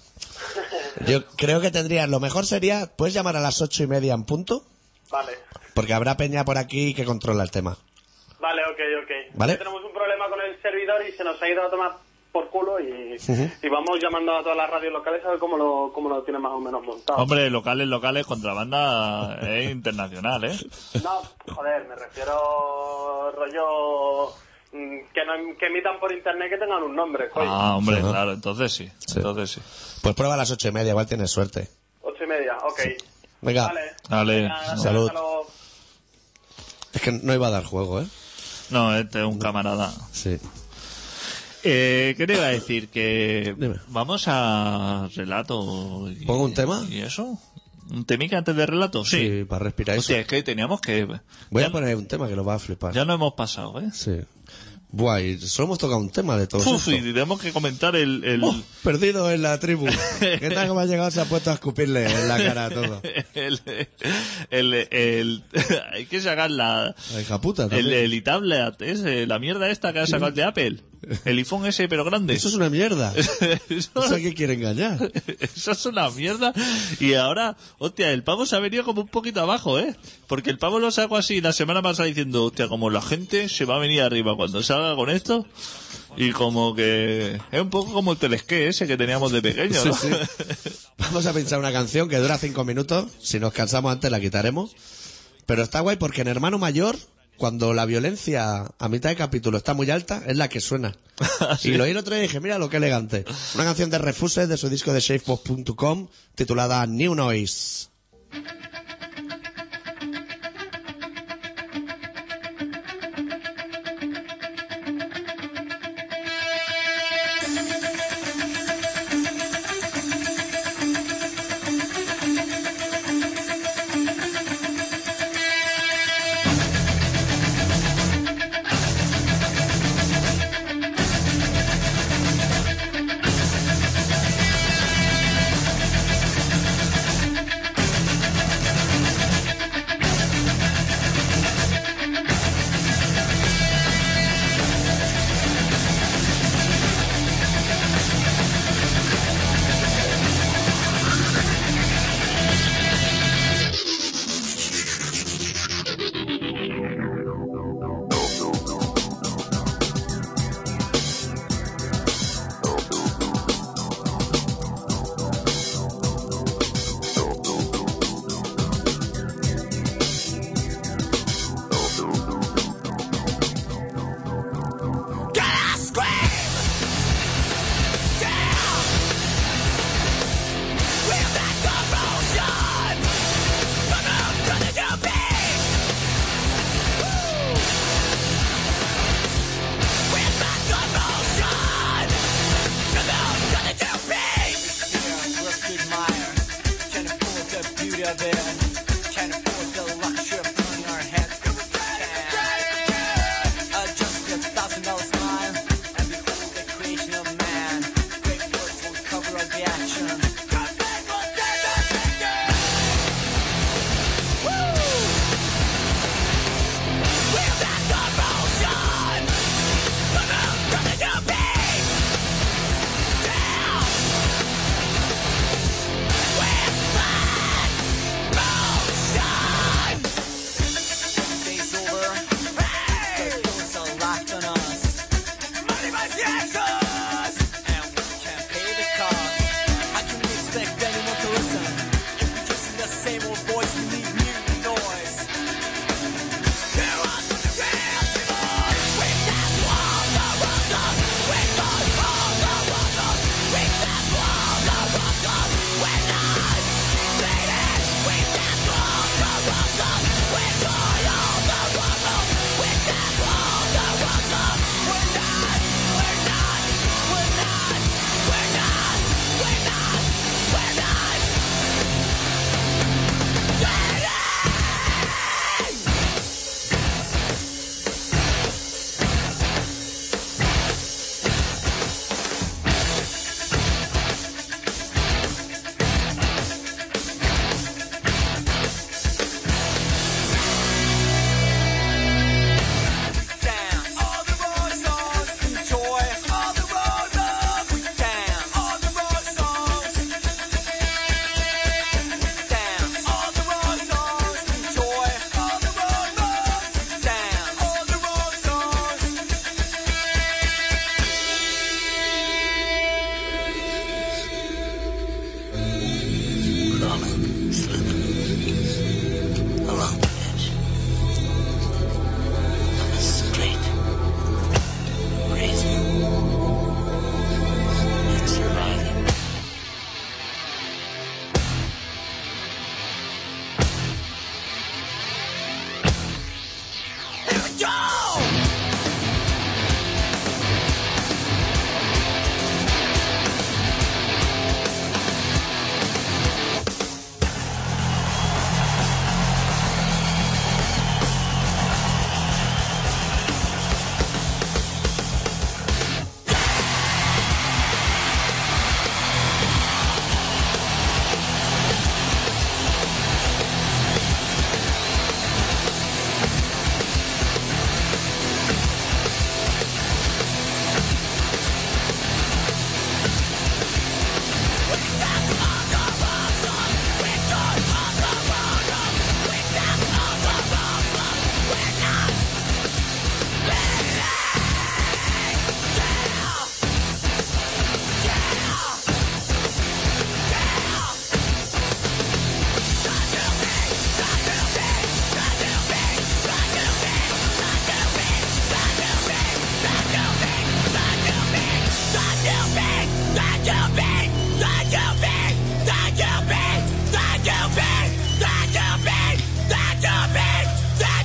Speaker 1: Yo creo que tendrías, lo mejor sería, puedes llamar a las ocho y media en punto,
Speaker 3: Vale.
Speaker 1: porque habrá peña por aquí que controla el tema.
Speaker 3: Vale, ok, ok.
Speaker 1: Vale.
Speaker 3: Tenemos un problema con el servidor y se nos ha ido a tomar por culo y,
Speaker 1: Ujú.
Speaker 3: y vamos llamando a todas las radios locales a ver cómo lo, cómo lo tienen más o menos montado.
Speaker 2: Hombre, locales, locales, contrabanda es internacional, ¿eh?
Speaker 3: No, joder, me refiero rollo mm, que, no- que emitan por internet que tengan un nombre, coño.
Speaker 2: Ah, hombre,
Speaker 1: Ajá.
Speaker 2: claro, entonces sí. Entonces sí.
Speaker 1: Pues prueba a las ocho y media, igual tienes suerte.
Speaker 3: Ocho y media, ok.
Speaker 1: Venga,
Speaker 3: Vale.
Speaker 2: Vale.
Speaker 3: Venga,
Speaker 1: Salud.
Speaker 3: hasta luego.
Speaker 1: es que no iba a dar juego, ¿eh?
Speaker 2: No, este es un camarada.
Speaker 1: Sí.
Speaker 2: Eh, ¿Qué te iba a decir? Que
Speaker 1: Dime.
Speaker 2: vamos a relato. y-
Speaker 1: ¿Pongo un tema?
Speaker 2: ¿Y eso? ¿Un temica antes de relato? Sí.
Speaker 1: Sí, para respirar eso.
Speaker 2: Hostia, es que teníamos que...
Speaker 1: Voy
Speaker 2: ya,
Speaker 1: a poner un tema que lo va a flipar.
Speaker 2: ya no hemos pasado, ¿eh?
Speaker 1: Sí. Buah, y solo hemos tocado un tema de todo
Speaker 2: Uf, y tenemos que comentar el... el-
Speaker 1: Oh. Perdido en la tribu. ¿Qué tal que me ha llegado? Se ha puesto a escupirle en la cara a todo.
Speaker 2: el, el, el- hay que sacar la...
Speaker 1: La hija puta también.
Speaker 2: El, el iTablet, ese, la mierda esta que ha sacado el de Apple. El iPhone ese, pero grande.
Speaker 1: Eso es una mierda.
Speaker 2: Eso-
Speaker 1: ¿Eso a qué quiere engañar?
Speaker 2: Eso es una mierda. Y ahora, hostia, el pavo se ha venido como un poquito abajo, ¿eh? Porque el pavo lo saco así la semana pasada diciendo, hostia, como la gente se va a venir arriba cuando salga con esto. Y como que es un poco como el telesque ese que teníamos de pequeño, ¿no?
Speaker 1: Sí, sí. Vamos a pensar una canción que dura cinco minutos. Si nos cansamos antes la quitaremos. Pero está guay porque en Hermano Mayor, cuando la violencia a mitad de capítulo está muy alta, es la que suena. Y lo oí el otro día y dije, mira lo que elegante. Una canción de Refuses de su disco de shapebox.com titulada New Noise.
Speaker 4: New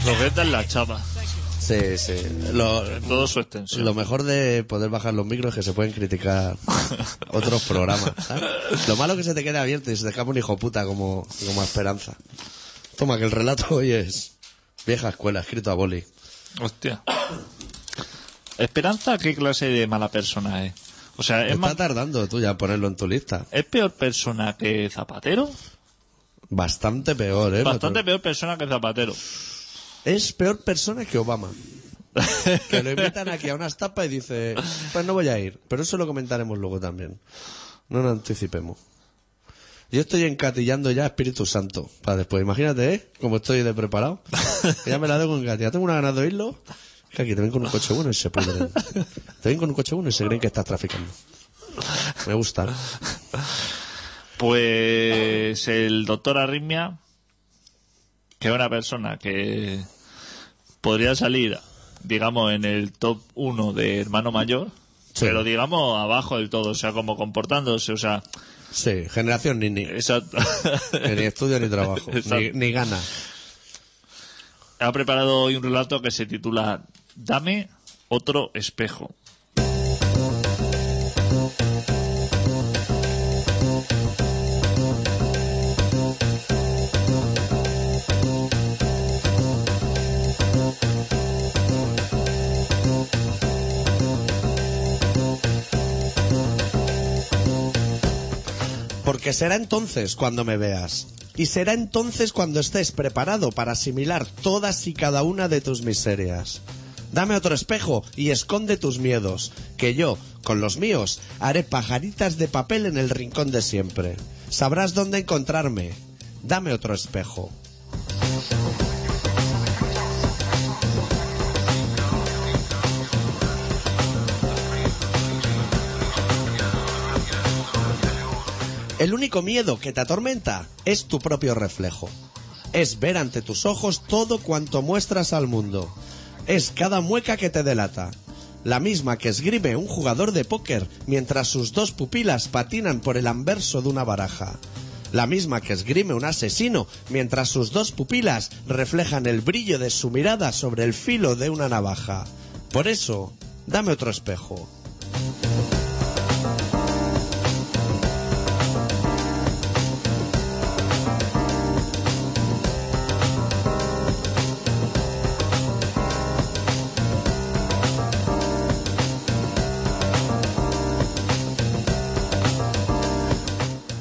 Speaker 2: croqueta en la chapa.
Speaker 1: Sí, sí. Lo,
Speaker 2: En todo su extensión.
Speaker 1: lo mejor de poder bajar los micros es que se pueden criticar otros programas. ¿sabes? Lo malo es que se te queda abierto y se te escapa un hijo puta como, como esperanza. Toma, que el relato hoy es vieja escuela, escrito a boli.
Speaker 2: Hostia. Esperanza, ¿qué clase de mala persona es? O sea, es,
Speaker 1: Está
Speaker 2: más,
Speaker 1: tardando tú ya ponerlo en tu lista.
Speaker 2: ¿es peor persona que Zapatero.
Speaker 1: Bastante peor, ¿eh?
Speaker 2: Bastante peor persona que Zapatero.
Speaker 1: Es peor persona que Obama. Que lo invitan aquí a unas tapas y dice, pues no voy a ir. Pero eso lo comentaremos luego también. No nos anticipemos. Yo estoy encatillando ya Espíritu Santo para después. Imagínate, ¿eh? Como estoy de preparado. Que ya me la dejo engatillada. Tengo una ganas de oírlo. Que aquí te ven con un coche bueno y se pudren. Te ven con un coche bueno y se creen que estás traficando. Me gusta.
Speaker 2: Pues el doctor Arritmia, que es una persona que podría salir, digamos, en el top 1 de hermano mayor,
Speaker 1: Sí.
Speaker 2: pero digamos abajo del todo, o sea, como comportándose, o sea,
Speaker 1: Sí, generación ni ni.
Speaker 2: exacto.
Speaker 1: Que Ni estudio ni trabajo. Ni,
Speaker 2: Exacto.
Speaker 1: ni gana.
Speaker 2: ha preparado hoy un relato que se titula Dame otro espejo.
Speaker 1: Porque será entonces cuando me veas. Y será entonces cuando estés preparado para asimilar todas y cada una de tus miserias. Dame otro espejo y esconde tus miedos, que yo, con los míos, haré pajaritas de papel en el rincón de siempre. Sabrás dónde encontrarme. Dame otro espejo. El único miedo que te atormenta es tu propio reflejo. Es ver ante tus ojos todo cuanto muestras al mundo. Es cada mueca que te delata. La misma que esgrime un jugador de póker mientras sus dos pupilas patinan por el anverso de una baraja. La misma que esgrime un asesino mientras sus dos pupilas reflejan el brillo de su mirada sobre el filo de una navaja. Por eso, dame otro espejo.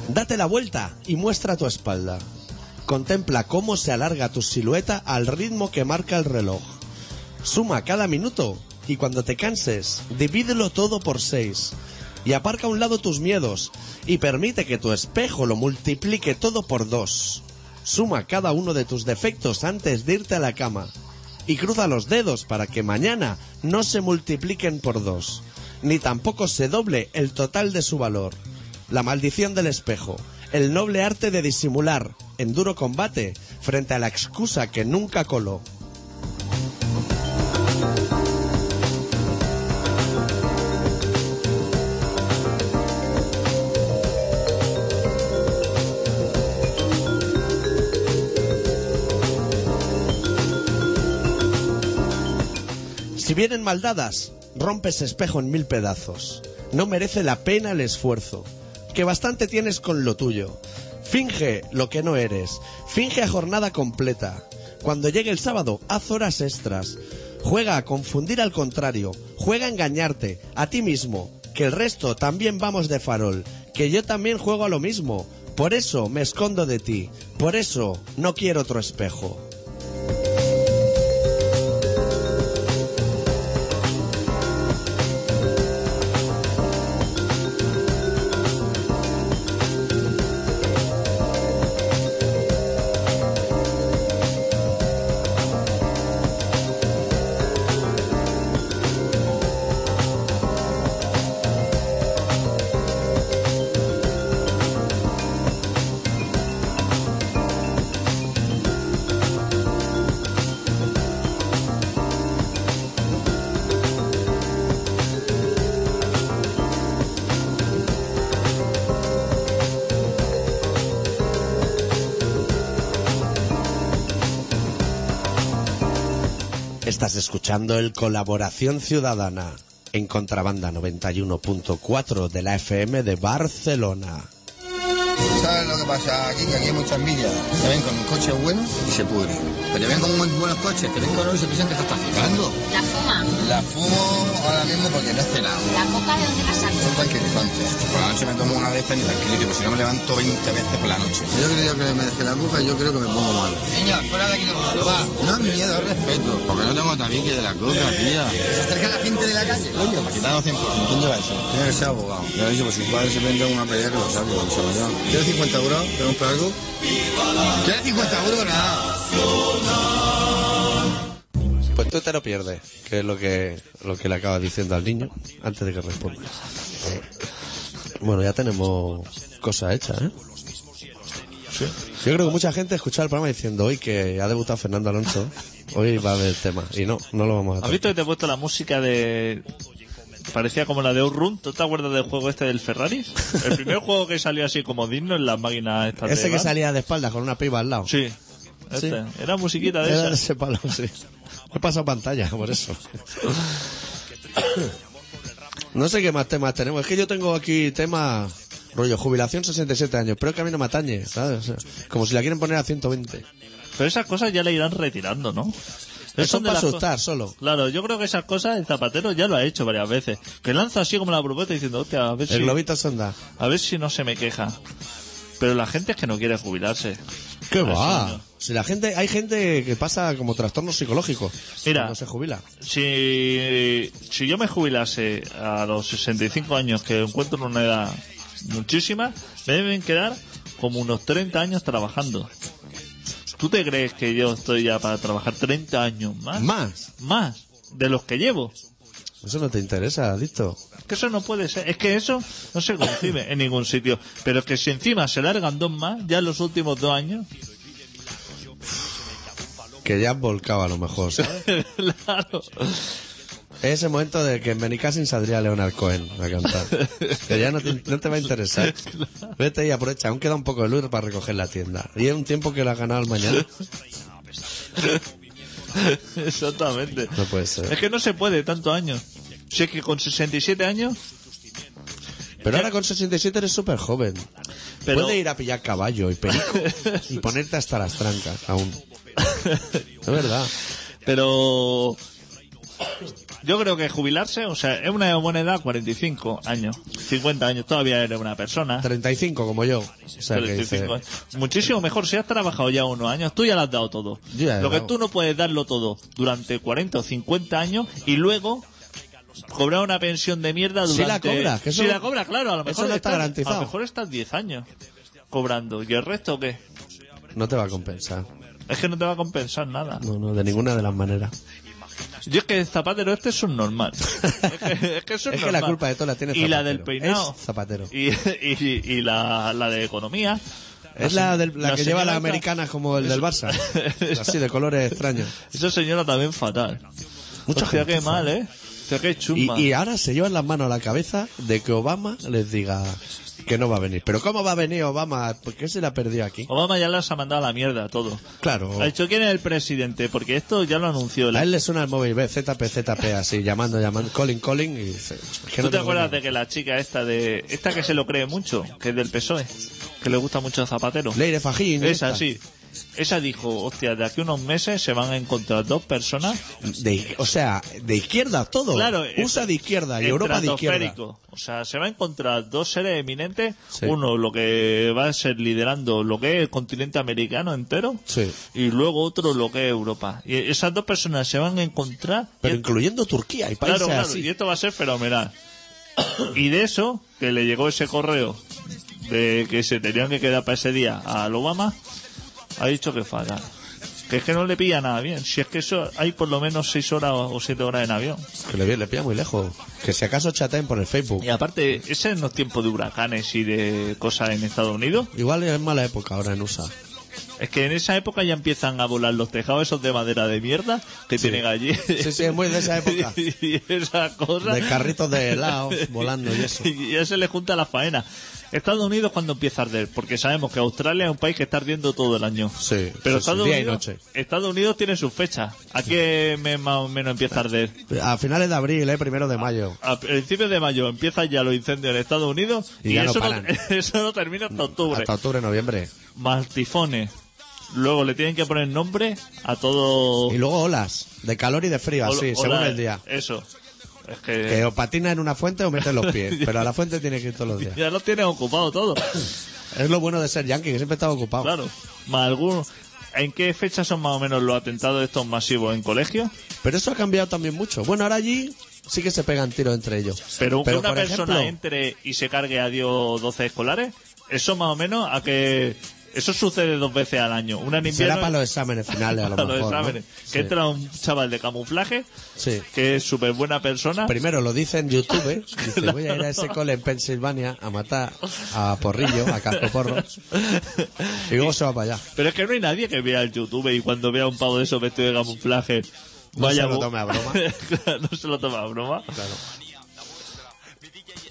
Speaker 1: Date la vuelta y muestra tu espalda. Contempla cómo se alarga tu silueta al ritmo que marca el reloj. Suma cada minuto y cuando te canses, divídelo todo por seis. Y aparca a un lado tus miedos y permite que tu espejo lo multiplique todo por dos. Suma cada uno de tus defectos antes de irte a la cama. Y cruza los dedos para que mañana no se multipliquen por dos, ni tampoco se doble el total de su valor. La maldición del espejo, el noble arte de disimular, en duro combate, frente a la excusa que nunca coló. Si vienen maldadas, rompe ese espejo en mil pedazos. No merece la pena el esfuerzo, que bastante tienes con lo tuyo. Finge lo que no eres, finge a jornada completa. Cuando llegue el sábado, haz horas extras. Juega a confundir al contrario, juega a engañarte, a ti mismo, que el resto también vamos de farol, que yo también juego a lo mismo. Por eso me escondo de ti, por eso no quiero otro espejo. Estás escuchando el Colaboración Ciudadana en Contrabanda 91.4 de la FM de Barcelona.
Speaker 4: ¿Sabes lo que pasa aquí? Que aquí hay muchas millas. Te ven con coches buenos y se pudren. Pero te ven con muy buenos coches, te ven con uno y se piensan que te estás fijando.
Speaker 5: La fuma.
Speaker 4: La fumo ahora mismo porque no he cenado.
Speaker 5: La coca de donde la
Speaker 4: Son
Speaker 5: saco.
Speaker 4: tranquilizantes. Por la noche me tomo una de estas y tranquilito, porque si no me levanto 20 veces por la noche. Yo creo que me dejé la coca y yo creo que me pongo mal. Niña, fuera de aquí no va. No es miedo, es respeto. Porque no tengo tabique de la coca, tía. Se acerca la gente de la calle, coño. Para quitarnos tiempo. ¿Quién lleva eso? Tiene que ser abogado. Yo he dicho, pues si padre se vende una pelea que lo sabe, lo se lo lleva. ¿Quieres 50 euros? ¿Tenemos para algo? ¿Quieres 50 euros? Nada.
Speaker 1: Pues tú te lo pierdes, que es lo que, lo que le acabas diciendo al niño antes de que responda. Bueno, ya tenemos cosas hechas, ¿eh? Yo creo que mucha gente ha escuchado el programa diciendo hoy que ha debutado Fernando Alonso, hoy va a haber tema. Y no, no lo vamos a
Speaker 2: ¿Has
Speaker 1: hacer.
Speaker 2: visto que te he puesto la música de... Parecía como la de Outrun. ¿Tú te acuerdas del juego este del Ferrari? El primer juego que salió así como digno en las máquinas estas de
Speaker 1: Ese que
Speaker 2: bar.
Speaker 1: salía de espaldas con una piba al lado.
Speaker 2: Sí. Este. Era musiquita de
Speaker 1: Era de
Speaker 2: esas.
Speaker 1: ese palo, sí. He pasado pantalla, por eso. No sé qué más temas tenemos. Es que yo tengo aquí temas... Rollo, jubilación 67 años, pero es que a mí no me atañe, ¿sabes? O sea, como si la quieren poner a 120.
Speaker 2: Pero esas cosas ya le irán retirando, ¿no?
Speaker 1: Eso
Speaker 2: Son de
Speaker 1: para
Speaker 2: las co-
Speaker 1: asustar solo.
Speaker 2: Claro, yo creo que esas cosas el Zapatero ya lo ha hecho varias veces. Que lanza así como la propuesta diciendo, hostia, a ver,
Speaker 1: El
Speaker 2: si,
Speaker 1: globito sonda.
Speaker 2: a ver si no se me queja. Pero la gente es que no quiere jubilarse.
Speaker 1: ¿Qué
Speaker 2: va?
Speaker 1: Si la gente, hay gente que pasa como trastornos psicológicos.
Speaker 2: Mira.
Speaker 1: No se jubila.
Speaker 2: Si, si yo me jubilase a los 65 años, que encuentro una edad muchísima, me deben quedar como unos 30 años trabajando. ¿Tú te crees que yo estoy ya para trabajar 30 años más?
Speaker 1: Más.
Speaker 2: Más de los que llevo.
Speaker 1: Eso no te interesa, adicto.
Speaker 2: Que eso no puede ser. Es que eso no se concibe en ningún sitio. Pero que si encima se largan dos más, ya en los últimos dos años,
Speaker 1: Que ya volcaba a lo mejor. ¿sabes?
Speaker 2: claro.
Speaker 1: Ese momento de que en Benicassin saldría Leonard Cohen a cantar. que ya no te, no te va a interesar. Vete y aprovecha. Aún queda un poco de luz para recoger la tienda. Y es un tiempo que lo has ganado al mañana.
Speaker 2: Exactamente.
Speaker 1: No puede ser.
Speaker 2: Es que no se puede tanto años. Si es que con 67 años,
Speaker 1: Pero ahora con 67 eres súper joven.
Speaker 2: Pero-
Speaker 1: Puedes ir a pillar caballo y perico y ponerte hasta las trancas aún. Es verdad.
Speaker 2: pero yo creo que jubilarse, o sea, es una buena edad, 45 años, 50 años, todavía eres una persona.
Speaker 1: 35 como yo. O sea, que dice,
Speaker 2: 35 años. Muchísimo mejor, si has trabajado ya unos años, tú ya lo has dado todo.
Speaker 1: Yo ya he
Speaker 2: lo que
Speaker 1: dado.
Speaker 2: tú no puedes darlo todo durante 40 o 50 años y luego cobrar una pensión de mierda
Speaker 1: Sí
Speaker 2: durante...
Speaker 1: la cobras, que eso-
Speaker 2: Sí la cobras, claro, a lo
Speaker 1: eso
Speaker 2: mejor
Speaker 1: no está
Speaker 2: estás-
Speaker 1: garantizado.
Speaker 2: A lo mejor estás 10 años cobrando. ¿Y el resto qué?
Speaker 1: no te va a compensar.
Speaker 2: Es que no te va a compensar nada.
Speaker 1: No, no, de ninguna de las maneras.
Speaker 2: Yo es que el zapatero este es un normal. Es que, es que es un
Speaker 1: Es que la
Speaker 2: normal.
Speaker 1: culpa de todo la tiene
Speaker 2: Y la
Speaker 1: Zapatero.
Speaker 2: del peinado.
Speaker 1: Es Zapatero.
Speaker 2: Y, y- y la, la de economía.
Speaker 1: Es la, del- la que lleva
Speaker 2: señora
Speaker 1: las
Speaker 2: esta-
Speaker 1: americanas como el del Barça. Así, de colores extraños.
Speaker 2: Esa señora también fatal.
Speaker 1: Mucha
Speaker 2: Hostia,
Speaker 1: gente
Speaker 2: qué
Speaker 1: fatal.
Speaker 2: mal, ¿eh? Hostia, qué
Speaker 1: Y,
Speaker 2: chumba.
Speaker 1: y ahora se llevan las manos a la cabeza de que Obama les diga que no va a venir. Pero ¿cómo va a venir Obama? ¿Por qué se la perdió aquí?
Speaker 2: Obama ya las ha mandado a la mierda todo.
Speaker 1: Claro.
Speaker 2: Ha dicho quién es el presidente, porque esto ya lo anunció.
Speaker 1: A
Speaker 2: La...
Speaker 1: él le suena el móvil B, ZP, ZP, así, llamando, llamando, calling, calling, y dice... "Es que
Speaker 2: ¿Tú
Speaker 1: no
Speaker 2: te
Speaker 1: tengo
Speaker 2: acuerdas
Speaker 1: nada".
Speaker 2: de que la chica esta de... Esta que se lo cree mucho, que es del PSOE, E, que le gusta mucho a Zapatero.
Speaker 1: Leire Fajín.
Speaker 2: Esa,
Speaker 1: esta.
Speaker 2: sí. Esa dijo, hostia, de aquí a unos meses se van a encontrar dos personas
Speaker 1: De- o sea, de izquierda todo.
Speaker 2: Claro,
Speaker 1: USA
Speaker 2: es-
Speaker 1: de izquierda y Europa de izquierda.
Speaker 2: estratosférico. O sea, se va a encontrar dos seres eminentes.
Speaker 1: Sí.
Speaker 2: Uno, lo que va a ser liderando lo que es el continente americano entero.
Speaker 1: Sí.
Speaker 2: Y luego otro, lo que es Europa. Y esas dos personas se van a encontrar.
Speaker 1: Pero
Speaker 2: y-
Speaker 1: incluyendo Turquía y países
Speaker 2: claro, claro.
Speaker 1: así.
Speaker 2: Y esto va a ser fenomenal. y de eso, que le llegó ese correo de que se tenían que quedar para ese día a Obama, ha dicho que fatal. Que es que no le pilla nada bien. Si es que eso hay por lo menos seis horas o siete horas en avión.
Speaker 1: Que le, le pilla muy lejos. Que si acaso chaten por el Facebook.
Speaker 2: Y aparte, ese no es tiempo de huracanes y de cosas en Estados Unidos.
Speaker 1: Igual es mala época ahora en USA.
Speaker 2: Es que en esa época ya empiezan a volar los tejados esos de madera de mierda que tienen allí.
Speaker 1: Sí, sí, es muy de esa época.
Speaker 2: y esas cosas.
Speaker 1: De carritos de helado volando y eso.
Speaker 2: Y ya se le junta la faena. Estados Unidos cuando empieza a arder, porque sabemos que Australia es un país que está ardiendo todo el año.
Speaker 1: Sí,
Speaker 2: Pero
Speaker 1: sí, sí,
Speaker 2: Estados,
Speaker 1: día y
Speaker 2: Unidos,
Speaker 1: noche.
Speaker 2: Estados Unidos tiene sus fechas. ¿A qué mes más o menos empieza a arder?
Speaker 1: A finales de abril, eh, primero de mayo.
Speaker 2: A principios de mayo empiezan ya los incendios en Estados Unidos
Speaker 1: Y
Speaker 2: y,
Speaker 1: ya no
Speaker 2: eso,
Speaker 1: paran. Mm,
Speaker 2: eso no termina hasta octubre.
Speaker 1: Hasta octubre, noviembre.
Speaker 2: Más tifones. Luego le tienen que poner nombre a todo.
Speaker 1: Y luego olas, de calor y de frío,
Speaker 2: Hola-
Speaker 1: así,
Speaker 2: hola,
Speaker 1: según el día.
Speaker 2: Eso. Es que,
Speaker 1: Que o patina en una fuente o metes los pies. Pero a la fuente tiene que ir todos los días.
Speaker 2: ya lo tienes ocupado todo.
Speaker 1: Es lo bueno de ser yankee, que siempre estaba ocupado.
Speaker 2: claro. Más algún. ¿En qué fecha son más o menos los atentados estos masivos en colegios?
Speaker 1: Pero eso ha cambiado también mucho. Bueno, ahora allí sí que se pegan tiros entre ellos.
Speaker 2: Pero, que una
Speaker 1: por ejemplo,
Speaker 2: persona entre y se cargue a Dios 12 escolares, eso más o menos a que... Eso sucede dos veces al año. Una en invierno
Speaker 1: será para los exámenes finales, a lo
Speaker 2: para
Speaker 1: mejor. ¿no?
Speaker 2: exámenes. Que
Speaker 1: Sí.
Speaker 2: entra un chaval de camuflaje,
Speaker 1: Sí.
Speaker 2: que es súper buena persona.
Speaker 1: Primero lo dice en YouTube, dice voy a ir a ese cole en Pensilvania a matar a Porrillo, a Cascoporro, y luego se va para allá.
Speaker 2: Pero es que no hay nadie que vea el YouTube y cuando vea un pavo de esos vestido de camuflaje...
Speaker 1: No
Speaker 2: vaya
Speaker 1: se lo
Speaker 2: bu-
Speaker 1: tome a broma.
Speaker 2: Claro, no se lo toma a broma.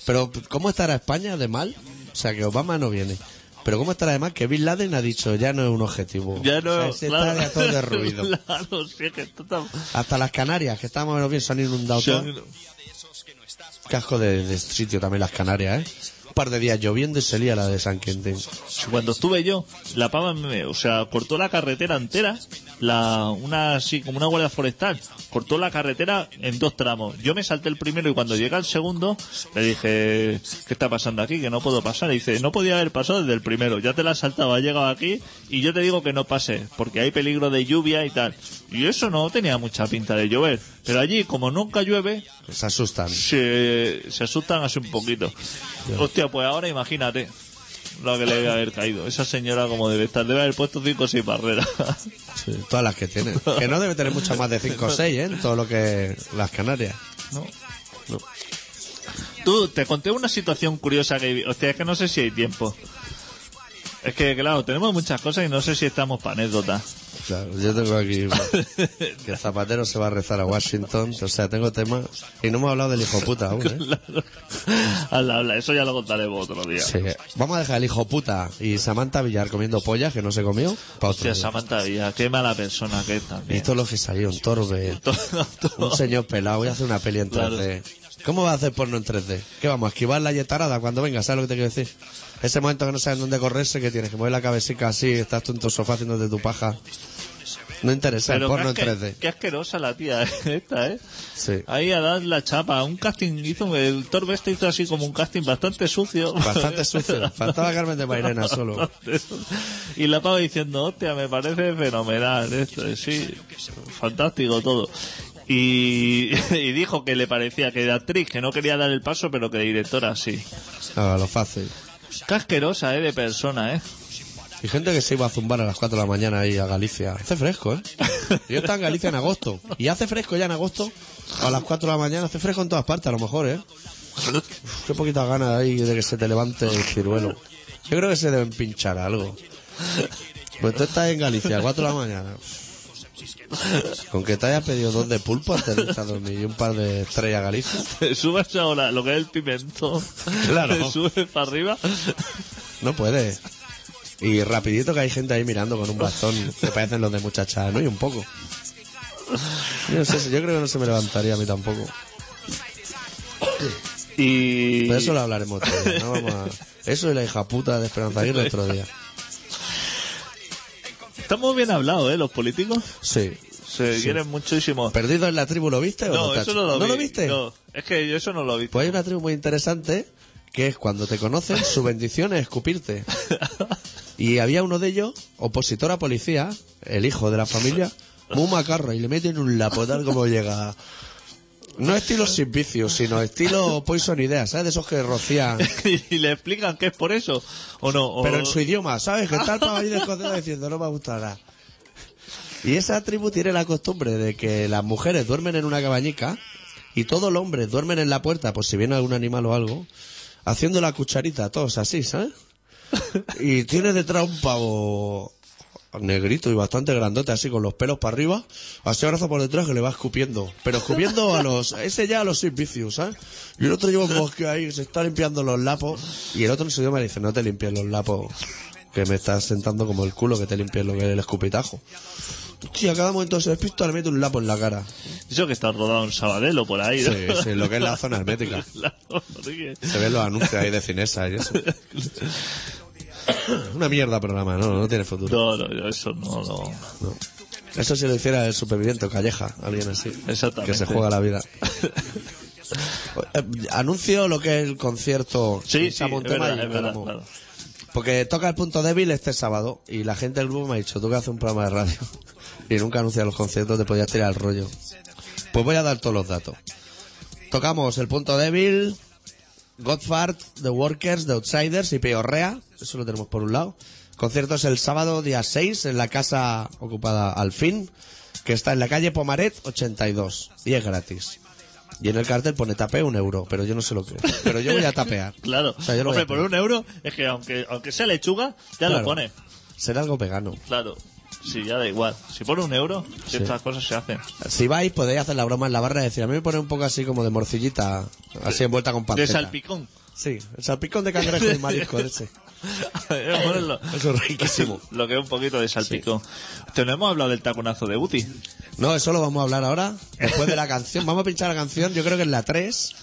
Speaker 1: Pero ¿cómo estará España de mal? O sea, que Obama no viene. Pero ¿cómo estará de mal que Bin Laden ha dicho ya no es un objetivo?
Speaker 2: Ya no...
Speaker 1: O sea, se
Speaker 2: claro.
Speaker 1: está ya todo derruido.
Speaker 2: Claro, sí, es que esto está-
Speaker 1: Hasta las Canarias, que estábamos menos bien, se han inundado
Speaker 2: Sí,
Speaker 1: todas. Casco de, de sitio también las Canarias, ¿eh? Un par de días lloviendo y se lía la de San Quintín.
Speaker 2: Cuando estuve yo, la pava, me- o sea, cortó la carretera entera, la, una así como una guardia forestal, cortó la carretera en dos tramos. Yo me salté el primero y cuando llegué al segundo le dije, ¿qué está pasando aquí? Que no puedo pasar. Y dice, no podía haber pasado desde el primero, ya te la has saltado, has llegado aquí y yo te digo que no pases, porque hay peligro de lluvia y tal. Y eso no tenía mucha pinta de llover, pero allí como nunca llueve,
Speaker 1: Se asustan.
Speaker 2: se, se asustan así un poquito. Hostia, pues ahora imagínate lo que le debe haber caído. Esa señora como debe estar, debe haber puesto cinco o seis barreras.
Speaker 1: Sí, todas las que tiene. Que no debe tener muchas más de 5 o 6, ¿eh? En todo lo que las Canarias.
Speaker 2: ¿No? Tú, te conté una situación curiosa que vi- Hostia, es que no sé si hay tiempo. Es que, claro, tenemos muchas cosas y no sé si estamos para anécdotas.
Speaker 1: Claro, yo tengo aquí que Zapatero se va a rezar a Washington. O sea, tengo temas. Y no hemos hablado del hijo puta aún, ¿eh?
Speaker 2: Habla, habla, eso ya lo contaremos otro día.
Speaker 1: Sí. Vamos a dejar el hijo puta y Samantha Villar comiendo pollas que no se comió. pa' otro
Speaker 2: Hostia,
Speaker 1: día.
Speaker 2: Samantha Díaz, qué mala persona que es también.
Speaker 1: Y todos los que salieron, Torbe,
Speaker 2: Todo- todo-
Speaker 1: un señor pelado, voy a hacer una peli en
Speaker 2: Claro.
Speaker 1: 3D. ¿Cómo va a hacer porno en 3D? ¿Qué vamos, a esquivar la yetarada cuando venga? ¿Sabes lo que te quiero decir? Ese momento que no sabes dónde correrse, que tienes que mover la cabecita así, estás tú en tu sofá haciéndote tu paja. No interesa el
Speaker 2: Pero
Speaker 1: porno en
Speaker 2: qué, asque-
Speaker 1: 3D.
Speaker 2: qué asquerosa la tía esta, ¿eh?
Speaker 1: Sí.
Speaker 2: Ahí a dar la chapa. Un casting hizo, el Torbeste hizo así como un casting bastante sucio.
Speaker 1: Bastante sucio. Faltaba Carmen de Mairena solo.
Speaker 2: y la pava diciendo, hostia, me parece fenomenal esto, y sí, fantástico todo. Y, y dijo que le parecía que de actriz, que no quería dar el paso, pero que de directora sí.
Speaker 1: Ah, lo fácil.
Speaker 2: Casquerosa, ¿eh? De persona, ¿eh?
Speaker 1: Y gente que se iba a zumbar a las 4 de la mañana ahí a Galicia. Hace fresco, ¿eh? Yo estaba en Galicia en agosto. Y hace fresco ya en agosto. A las 4 de la mañana hace fresco en todas partes, a lo mejor, ¿eh? Uf, qué poquita gana ahí de que se te levante el ciruelo. Yo creo que se deben pinchar algo. Pues tú estás en Galicia a 4 de la mañana. Con que te hayas pedido dos de pulpo aterriza a dormir y un par de estrellas Galicia.
Speaker 2: Te subes ahora lo que es el pimentón.
Speaker 1: Claro.
Speaker 2: Te subes para arriba.
Speaker 1: No puedes. Y rapidito que hay gente ahí mirando con un bastón. Te parecen los de muchachas, ¿no? Y un poco. Yo, no sé, yo creo que no se me levantaría a mí tampoco.
Speaker 2: Y...
Speaker 1: Pero eso lo hablaremos otro día. ¿no? Vamos a- Eso y la hija puta de Esperanza Aguirre otro día.
Speaker 2: Estamos bien hablados, ¿eh? Los políticos
Speaker 1: Sí.
Speaker 2: se quieren muchísimo.
Speaker 1: ¿Perdido en la tribu lo viste o no?
Speaker 2: No,
Speaker 1: Tacho?
Speaker 2: eso no lo vi.
Speaker 1: lo viste?
Speaker 2: No, es que yo eso no lo vi.
Speaker 1: Pues hay una tribu muy interesante que es cuando te conocen, su bendición es escupirte. Y había uno de ellos, opositor a policía, el hijo de la familia, muy macarro, y le meten un lapo tal como llega. No estilo sin vicios, sino estilo Poison Ideas, ¿sabes? De esos que rocían.
Speaker 2: y le explican que es por eso. O no. o-
Speaker 1: Pero en su idioma, ¿sabes? Que tal para de escocés diciendo, no me gustará. Y esa tribu tiene la costumbre de que las mujeres duermen en una cabañica y todos los hombres duermen en la puerta por si viene algún animal o algo, haciendo la cucharita, todos así, ¿sabes? Y tiene detrás un pavo negrito y bastante grandote, así con los pelos para arriba, así abrazo por detrás que le va escupiendo. Pero escupiendo a los, ese ya a los servicios, ¿sabes? Y el otro lleva un bosque ahí, que se está limpiando los lapos, y el otro en su idioma le dice, no te limpies los lapos, que me estás sentando como el culo que te limpies lo que es el escupitajo. Hostia, cada momento se despista le mete un lapo en la cara.
Speaker 2: Eso que está rodado en Sabadelo por ahí. ¿no?
Speaker 1: Sí, sí, lo que es la zona hermética.
Speaker 2: La- porque-
Speaker 1: Se ven los anuncios ahí de Cinesa y eso. Una mierda programa, no, no tiene futuro.
Speaker 2: No, no, yo eso no, no.
Speaker 1: Eso si lo hiciera el superviviente o Calleja, alguien así.
Speaker 2: Exactamente.
Speaker 1: Que se juega la vida. Eh, Anuncio lo que es el concierto.
Speaker 2: Sí,
Speaker 1: en
Speaker 2: sí, es
Speaker 1: Samontema
Speaker 2: verdad,
Speaker 1: y
Speaker 2: es verdad,
Speaker 1: Álamo.
Speaker 2: claro.
Speaker 1: Porque toca el punto débil este sábado y la gente del grupo me ha dicho, tú que haces un programa de radio y nunca anuncias los conciertos, te podías tirar el rollo. Pues voy a dar todos los datos. Tocamos el punto débil, Godfart, The Workers, The Outsiders y Peorrea. Eso lo tenemos por un lado. Conciertos el sábado día 6 en la casa ocupada al fin, que está en la calle Pomaret 82 y es gratis. Y en el cartel pone tape un euro, pero yo no sé lo que es. Pero yo voy a tapear.
Speaker 2: Claro.
Speaker 1: O sea, yo lo voy a
Speaker 2: Hombre, por
Speaker 1: tapear.
Speaker 2: un euro, es que aunque, aunque sea lechuga, ya lo
Speaker 1: Claro.
Speaker 2: pone.
Speaker 1: Será algo vegano.
Speaker 2: Claro. Sí, ya da igual. Si pone un euro, que estas cosas se hacen.
Speaker 1: Si vais, podéis hacer la broma en la barra y decir, a mí me pone un poco así como de morcillita, así envuelta con
Speaker 2: De
Speaker 1: panceta.
Speaker 2: salpicón.
Speaker 1: Sí, el salpicón de cangrejo y marisco ese.
Speaker 2: Ponerlo.
Speaker 1: Eso es riquísimo.
Speaker 2: Lo que es un poquito de salpicón. Te no hemos hablado del taconazo de Uti.
Speaker 1: No, eso lo vamos a hablar ahora, después de la canción. Vamos a pinchar la canción, yo creo que es la 3.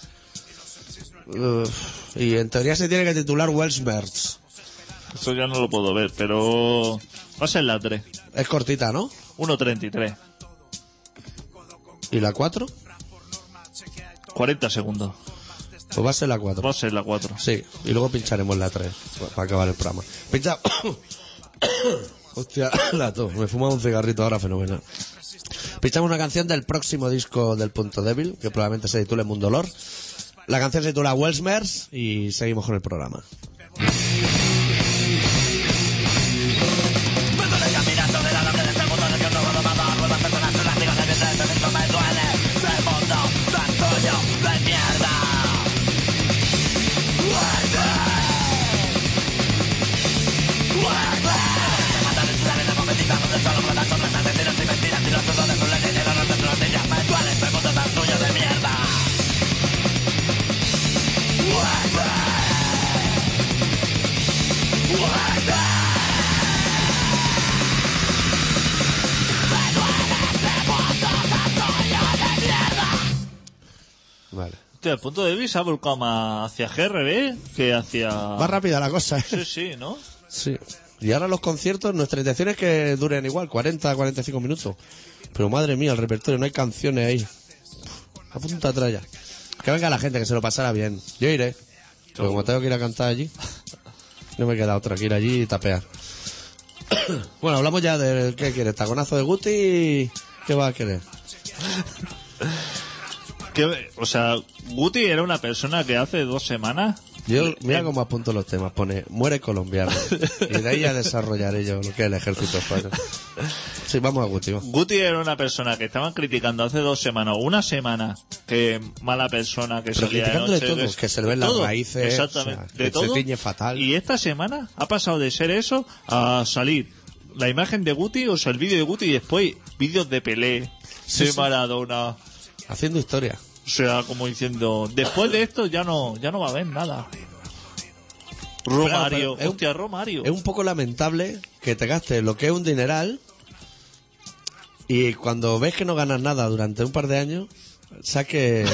Speaker 1: Uf, y en teoría se tiene que titular Welsh Birds.
Speaker 2: Eso ya no lo puedo ver, pero. Va a ser la 3.
Speaker 1: Es cortita, ¿no?
Speaker 2: 1.33.
Speaker 1: ¿Y la 4?
Speaker 2: 40 segundos.
Speaker 1: Pues va a ser la 4.
Speaker 2: Va a ser la 4.
Speaker 1: Sí, y luego pincharemos la 3 para acabar el programa. Pincha. Hostia, la tos. Me he fumado un cigarrito ahora, fenomenal. Pinchamos una canción del próximo disco del Punto Débil, que probablemente se titule Mundo Dolor. La canción se titula Welsmers y seguimos con el programa. Vale.
Speaker 2: Hostia, el punto de vista ha volcado más hacia GRB que hacia.
Speaker 1: Va rápida la cosa, ¿eh?
Speaker 2: Sí, sí, ¿no?
Speaker 1: Sí. Y ahora los conciertos, nuestra intención es que duren igual, 40, 45 minutos. Pero madre mía, el repertorio, no hay canciones ahí. A punta traya. Que venga la gente, que se lo pasara bien. Yo iré. Pero como tengo que ir a cantar allí, no me queda otra que ir allí y tapear. Bueno, hablamos ya del que quieres, taconazo de Guti, ¿qué vas a querer?
Speaker 2: Que, o sea, Guti era una persona que hace dos semanas.
Speaker 1: Yo, mira cómo apunto los temas, pone, muere colombiano. Y de ahí ya desarrollaré yo lo que es el ejército español. Sí, vamos a Guti, va.
Speaker 2: Guti era una persona que estaban criticando hace dos semanas, o una semana, que mala persona, que
Speaker 1: Pero
Speaker 2: salía de
Speaker 1: criticando de
Speaker 2: noche,
Speaker 1: todo, que se le ven las
Speaker 2: todo,
Speaker 1: raíces,
Speaker 2: exactamente,
Speaker 1: o sea,
Speaker 2: de
Speaker 1: que se
Speaker 2: todo.
Speaker 1: tiñe fatal.
Speaker 2: Y esta semana ha pasado de ser eso a salir la imagen de Guti, o sea, el vídeo de Guti y después vídeos de Pelé, de
Speaker 1: sí.
Speaker 2: Maradona,
Speaker 1: Haciendo historia.
Speaker 2: O sea, como diciendo, después de esto ya no, ya no va a haber nada. Romario,
Speaker 1: Claro, pero es un-
Speaker 2: hostia, Romario.
Speaker 1: Es un poco lamentable que te gastes lo que es un dineral y cuando ves que no ganas nada durante un par de años, saque...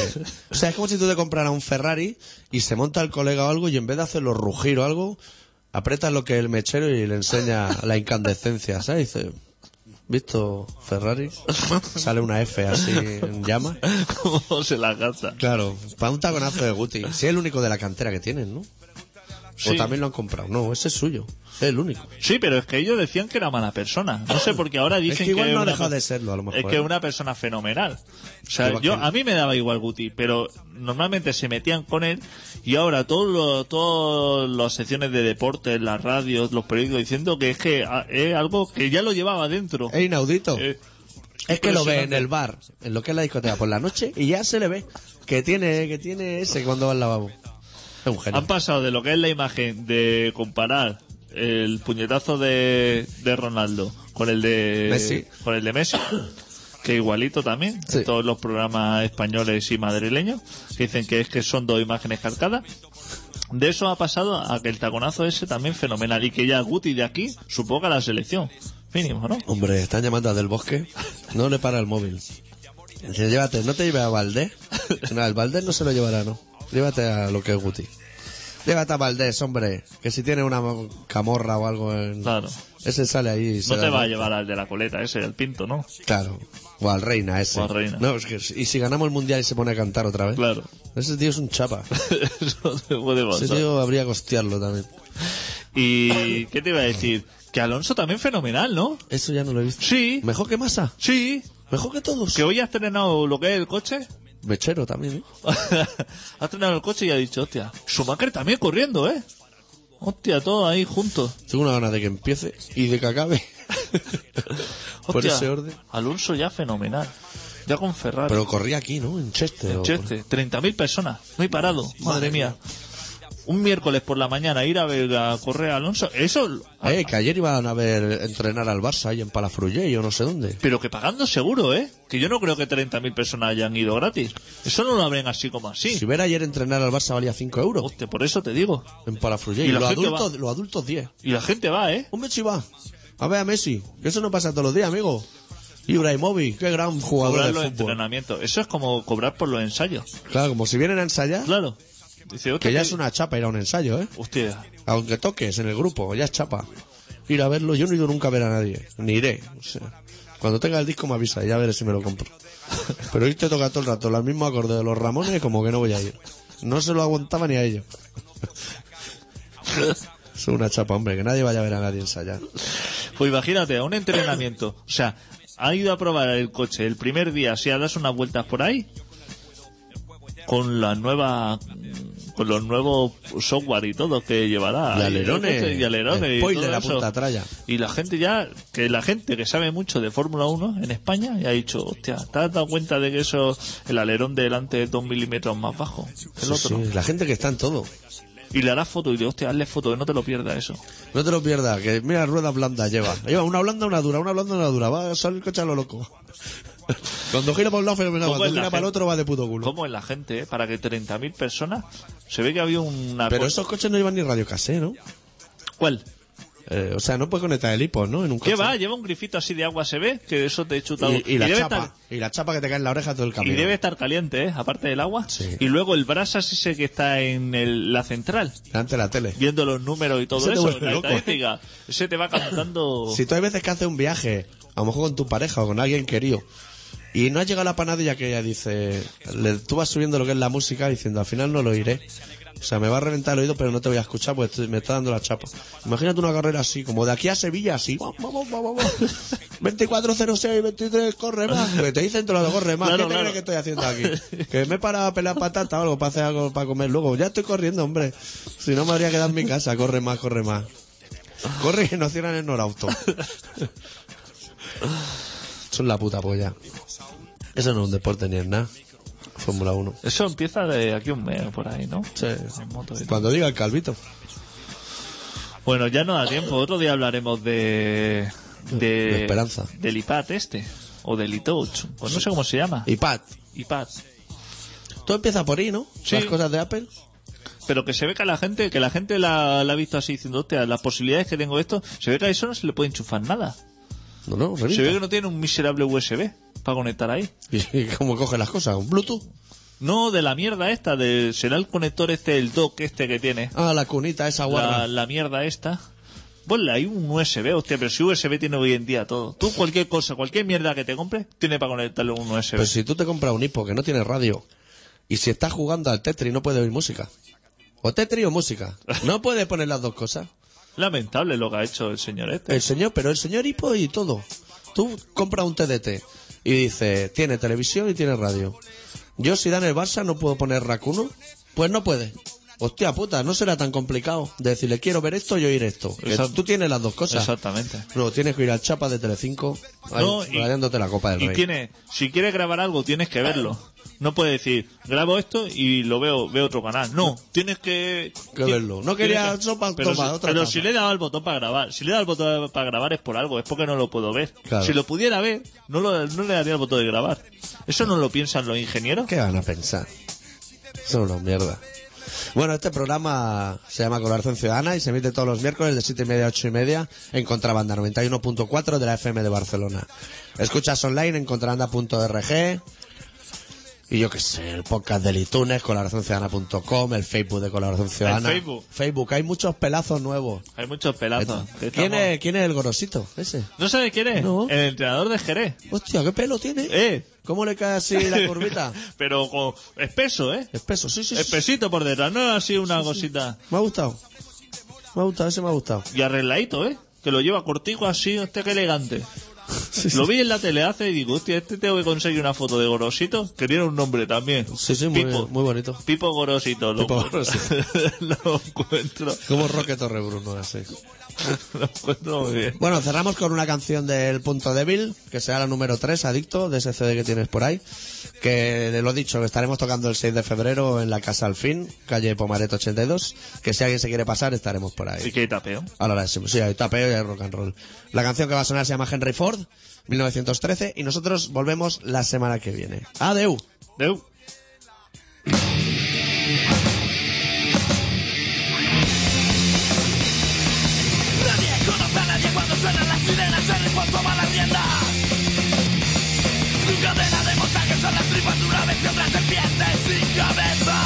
Speaker 1: O sea, es como si tú te compraras un Ferrari y se monta el colega o algo y en vez de hacerlo rugir o algo, aprietas lo que es el mechero y le enseña la incandescencia, ¿sabes? Y dice, ¿visto Ferrari? Sale una F así en llamas.
Speaker 2: ¿Cómo se la gasta?
Speaker 1: Claro, para un taconazo de Guti. Si es el único de la cantera que tienen, ¿no?
Speaker 2: Sí.
Speaker 1: O también lo han comprado. No, ese es suyo. Es el único.
Speaker 2: Sí, pero es que ellos decían que era mala persona. No sé porque ahora dicen
Speaker 1: es que igual no ha
Speaker 2: una-
Speaker 1: dejado de serlo, a lo mejor.
Speaker 2: Es que
Speaker 1: ¿eh?
Speaker 2: es una persona fenomenal. O sea,
Speaker 1: Te
Speaker 2: yo
Speaker 1: imagino.
Speaker 2: a mí me daba igual Guti, pero normalmente se metían con él y ahora todos los todas las secciones de deportes, las radios, los periódicos diciendo que es que ah, es algo que ya lo llevaba dentro.
Speaker 1: Es inaudito.
Speaker 2: Eh,
Speaker 1: es que lo ve en
Speaker 2: impresionante.
Speaker 1: el bar, en lo que es la discoteca por la noche, y ya se le ve que tiene, que tiene ese cuando va al lavabo. Es un genio.
Speaker 2: Han pasado de lo que es la imagen de comparar el puñetazo de, de Ronaldo con el de
Speaker 1: Messi.
Speaker 2: con el de Messi, que igualito también,
Speaker 1: Sí.
Speaker 2: en todos los programas españoles y madrileños, que dicen que es que son dos imágenes calcadas. De eso ha pasado a que el taconazo ese también fenomenal y que ya Guti de aquí suponga la selección. Mínimo, ¿no?
Speaker 1: Hombre, están llamando al del bosque. No le para el móvil. Dice, llévate, no te lleves a Valdés. No, el Valdés no se lo llevará, no. Llévate a lo que es Guti. Llévate a Valdés, hombre. Que si tiene una camorra o algo en...
Speaker 2: Claro.
Speaker 1: Ese sale ahí. y se
Speaker 2: No te
Speaker 1: da-
Speaker 2: va a llevar al de la coleta ese, el pinto, ¿no?
Speaker 1: Claro. O al Reina ese.
Speaker 2: O al Reina.
Speaker 1: No, es que, y si ganamos el mundial y se pone a cantar otra vez.
Speaker 2: Claro.
Speaker 1: Ese tío es un chapa.
Speaker 2: Eso te puede
Speaker 1: Ese
Speaker 2: pasar.
Speaker 1: tío habría que hostiarlo también.
Speaker 2: Y qué te iba a decir, que Alonso también fenomenal, ¿no?
Speaker 1: Eso ya no lo he visto.
Speaker 2: Sí.
Speaker 1: Mejor que Massa.
Speaker 2: Sí,
Speaker 1: Mejor que todos.
Speaker 2: que hoy has estrenado lo que es el coche.
Speaker 1: Mechero también, ¿eh?
Speaker 2: ha estrenado el coche y ha dicho, hostia, Schumacher también corriendo, ¿eh? Hostia, todos ahí juntos.
Speaker 1: Tengo una gana de que empiece y de que acabe. Por
Speaker 2: Hostia,
Speaker 1: ese orden.
Speaker 2: Alonso ya fenomenal. Ya con Ferrari.
Speaker 1: Pero corría aquí, ¿no? En Chester. o-
Speaker 2: Cheste, 30.000 personas, no he parado, madre mía. Un miércoles por la mañana ir a ver a correr a Alonso, eso,
Speaker 1: Eh, que ayer iban a ver entrenar al Barça ahí en Palafrugell o no sé dónde.
Speaker 2: pero que pagando seguro, ¿eh? Que yo no creo que 30.000 personas hayan ido gratis. Eso no lo abren así como así.
Speaker 1: Si ver ayer entrenar al Barça valía 5 euros
Speaker 2: Hostia, por eso te digo.
Speaker 1: en Palafrugell.
Speaker 2: Y
Speaker 1: Y
Speaker 2: la
Speaker 1: los
Speaker 2: gente
Speaker 1: adultos, los adultos 10.
Speaker 2: Y la gente va, ¿eh?
Speaker 1: Hombre, chiva. A ver a Messi. Que eso no pasa todos los días, amigo. Ibrahimovic, qué gran jugador
Speaker 2: Cobrar
Speaker 1: de
Speaker 2: los
Speaker 1: fútbol.
Speaker 2: entrenamientos. Eso es como cobrar por los ensayos.
Speaker 1: Claro, como si vienen a ensayar,
Speaker 2: Claro. Dice, hostia,
Speaker 1: que ya
Speaker 2: que-
Speaker 1: es una chapa ir a un ensayo, ¿eh?
Speaker 2: Hostia,
Speaker 1: Aunque toques en el grupo, ya es chapa. Ir a verlo, yo no he ido nunca a ver a nadie, ni iré. o sea, cuando tenga el disco me avisa, y ya veré si me lo compro. Pero hoy te toca todo el rato el mismo acorde de los Ramones, como que no voy a ir. No se lo aguantaba ni a ellos. Es una chapa, hombre, que nadie vaya a ver a nadie ensayar.
Speaker 2: Pues imagínate, a un entrenamiento. O sea, ha ido a probar el coche el primer día, si das unas vueltas por ahí, con la nueva con los nuevos software y todo que llevará
Speaker 1: Y alerones.
Speaker 2: y alerones y
Speaker 1: Spoiler
Speaker 2: todo
Speaker 1: a
Speaker 2: eso.
Speaker 1: punta tralla.
Speaker 2: y la gente ya que la gente que sabe mucho de Fórmula 1 en España ya ha dicho hostia ¿te has dado cuenta de que eso el alerón de delante es dos milímetros más bajo que el
Speaker 1: Sí,
Speaker 2: otro?
Speaker 1: sí, la gente que está en todo.
Speaker 2: y le harás foto y digo hostia hazle foto que no te lo pierdas eso
Speaker 1: No te lo pierdas, que mira ruedas blandas lleva. Lleva una blanda, una dura, una blanda, una dura. Va a salir el coche a lo loco. Cuando gira para un lado, fenomenal.
Speaker 2: ¿Cómo
Speaker 1: Cuando
Speaker 2: es la
Speaker 1: gira para el
Speaker 2: gente?
Speaker 1: otro, va de puto culo.
Speaker 2: ¿Cómo es la gente, eh? Para que 30.000 personas. Se ve que había una.
Speaker 1: Pero
Speaker 2: co-
Speaker 1: esos coches no llevan ni radio casé, ¿no?
Speaker 2: ¿Cuál?
Speaker 1: Eh, o sea, no puedes conectar el iPod, ¿no? En un
Speaker 2: ¿Qué
Speaker 1: coche.
Speaker 2: va? Lleva un grifito así de agua, se ve. Que eso te he chutado.
Speaker 1: Y, y la
Speaker 2: debe
Speaker 1: chapa.
Speaker 2: estar-
Speaker 1: Y la chapa que te cae en la oreja todo el
Speaker 2: y
Speaker 1: camino.
Speaker 2: debe estar caliente, ¿eh? Aparte del agua.
Speaker 1: Sí.
Speaker 2: Y luego el brasas ese que está en el- la central.
Speaker 1: Delante de la tele.
Speaker 2: Viendo los números y todo
Speaker 1: Ese te
Speaker 2: eso.
Speaker 1: vuelve
Speaker 2: La
Speaker 1: loco, ¿eh?
Speaker 2: estadística. Ese te va cantando.
Speaker 1: Si tú hay veces que haces un viaje, a lo mejor con tu pareja o con alguien querido, y no has llegado a la panadilla que ella dice, le- tú vas subiendo lo que es la música diciendo, al final no lo oiré. O sea, me va a reventar el oído, pero no te voy a escuchar porque estoy- me está dando la chapa. Imagínate una carrera así, como de aquí a Sevilla, así. Vamos, vamos, vamos, vamos. 24.06, 23, corre más. Que te dicen, te lo corre más.
Speaker 2: Claro,
Speaker 1: ¿Qué te
Speaker 2: claro.
Speaker 1: crees que estoy haciendo aquí? Que me he parado a pelar patata o algo para hacer algo para comer luego. Ya estoy corriendo, hombre. Si no, me habría quedado en mi casa. Corre más, corre más. Corre que no cierran el norauto. Son la puta polla. Eso no es un deporte ni es nada. Fórmula 1.
Speaker 2: Eso empieza de aquí a un mes por ahí, ¿no?
Speaker 1: Sí.
Speaker 2: En moto y
Speaker 1: Cuando diga el calvito.
Speaker 2: Bueno, ya no da tiempo. Otro día hablaremos de. De,
Speaker 1: De Esperanza.
Speaker 2: Del IPAT este. O del ITOUCH. Pues no sé cómo se llama.
Speaker 1: Y Pat.
Speaker 2: IPAD.
Speaker 1: Todo empieza por ahí, ¿no?
Speaker 2: Sí.
Speaker 1: Las cosas de Apple.
Speaker 2: Pero que se ve que a la gente, que la gente la, la ha visto así diciendo, hostia, las posibilidades que tengo de esto, se ve que a eso no se le puede enchufar nada.
Speaker 1: No, no,
Speaker 2: Se ve
Speaker 1: revienta.
Speaker 2: que no tiene un miserable USB para conectar ahí.
Speaker 1: ¿Y cómo coge las cosas? ¿Un Bluetooth?
Speaker 2: No, de la mierda esta, de, será el conector este, el dock este que tiene.
Speaker 1: Ah, la cunita esa guarda.
Speaker 2: La, la mierda esta. Bueno, hay un USB, hostia, pero si USB tiene hoy en día todo. Tú cualquier cosa, cualquier mierda que te compres, tiene para conectarle un USB.
Speaker 1: Pero Pues si tú te compras un hipo que no tiene radio y si estás jugando al Tetris no puedes oír música. O Tetris o música. No puedes poner las dos cosas.
Speaker 2: Lamentable lo que ha hecho el señor este.
Speaker 1: El señor, pero el señor hipo y todo. Tú compras un TDT y dices, tiene televisión y tiene radio. Yo si dan el Barça no puedo poner Racuno. Pues no puede. Hostia puta, no será tan complicado de decirle quiero ver esto y oír esto. Que
Speaker 2: Exacto.
Speaker 1: Tú tienes las dos cosas.
Speaker 2: Exactamente.
Speaker 1: No, tienes que ir al chapa de Telecinco
Speaker 2: No,
Speaker 1: rayándote la copa del
Speaker 2: y
Speaker 1: rey.
Speaker 2: tiene, si quieres grabar algo, tienes que verlo. no puedes decir, grabo esto y lo veo, veo otro canal. No, tienes que...
Speaker 1: Que verlo. No quería
Speaker 2: tienes
Speaker 1: sopa,
Speaker 2: pero
Speaker 1: toma,
Speaker 2: si,
Speaker 1: otra
Speaker 2: Pero
Speaker 1: tapa.
Speaker 2: si le he dado al botón para grabar, si le he dado al botón para grabar es por algo, es porque no lo puedo ver.
Speaker 1: Claro.
Speaker 2: Si lo pudiera ver, no, lo- no le daría el botón de grabar. ¿Eso no lo piensan los ingenieros?
Speaker 1: ¿Qué van a pensar? Son una mierda. Bueno, este programa se llama Colaboración Ciudadana y se emite todos los miércoles de 7 y media a 8 y media en Contrabanda 91.4 de la FM de Barcelona. Escuchas online en contrabanda.org y yo qué sé, el podcast del iTunes, colaboraciónciudadana.com, el Facebook de Colaboración Ciudadana.
Speaker 2: Facebook.
Speaker 1: hay muchos pelazos nuevos. Eh,
Speaker 2: Hay muchos pelazos. que
Speaker 1: ¿Quién
Speaker 2: estamos-
Speaker 1: es, ¿Quién es el gorosito ese?
Speaker 2: ¿No sabes quién es?
Speaker 1: No.
Speaker 2: El entrenador de Jerez.
Speaker 1: Hostia, ¿qué pelo tiene?
Speaker 2: ¿Eh?
Speaker 1: ¿Cómo le cae así la curvita?
Speaker 2: Pero con espeso, ¿eh?
Speaker 1: Espeso, sí, sí, sí.
Speaker 2: Espesito por detrás, no así una cosita.
Speaker 1: Me ha gustado. Me ha gustado, ese me ha gustado.
Speaker 2: Y arregladito, ¿eh? Que lo lleva cortico así, hostia, qué elegante. Lo vi en la tele hace y digo, hostia, este tengo que conseguir una foto de Gorosito, que tiene un nombre también.
Speaker 1: Sí, sí, muy, bien, muy bonito.
Speaker 2: Pipo Gorosito, lo,
Speaker 1: Pipo Gorosito.
Speaker 2: lo encuentro,
Speaker 1: Como Roque Torre Bruno, así.
Speaker 2: lo encuentro muy bien.
Speaker 1: Bueno, cerramos con una canción del Punto Débil, que será la número 3, Adicto, de ese CD que tienes por ahí. Que de lo dicho, que estaremos tocando el 6 de febrero en la Casa Al Fin, calle Pomareto 82. Que si alguien se quiere pasar, estaremos por ahí.
Speaker 2: Y que tapeo.
Speaker 1: A la hora de siempre. Sí, hay tapeo y hay rock and roll. La canción que va a sonar se llama Henry Ford, 1913, y nosotros volvemos la semana que viene. Adeu.
Speaker 2: Deu.
Speaker 5: Nadie conoce a nadie cuando suenan las sirenas, el cual toma las riendas. Su cadena de montaje son las tripas de una vez que otra serpiente sin cabeza.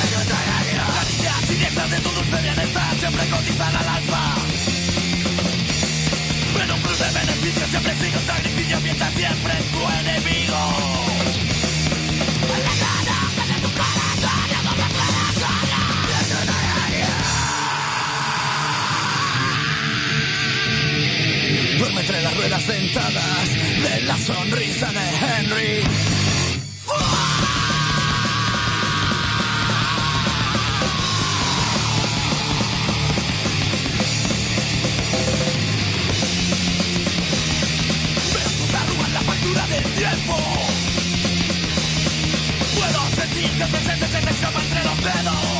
Speaker 5: La siniestra de todos deben estar, siempre cotizan al alfa. Pero un cruz de beneficios siempre sigue un sacrificio, piensa siempre en tu enemigo. Duerme entre las ruedas sentadas de la sonrisa de Henry. Veo tus arrugas, la factura del tiempo. Puedo sentir que el presente se me escapa entre los dedos.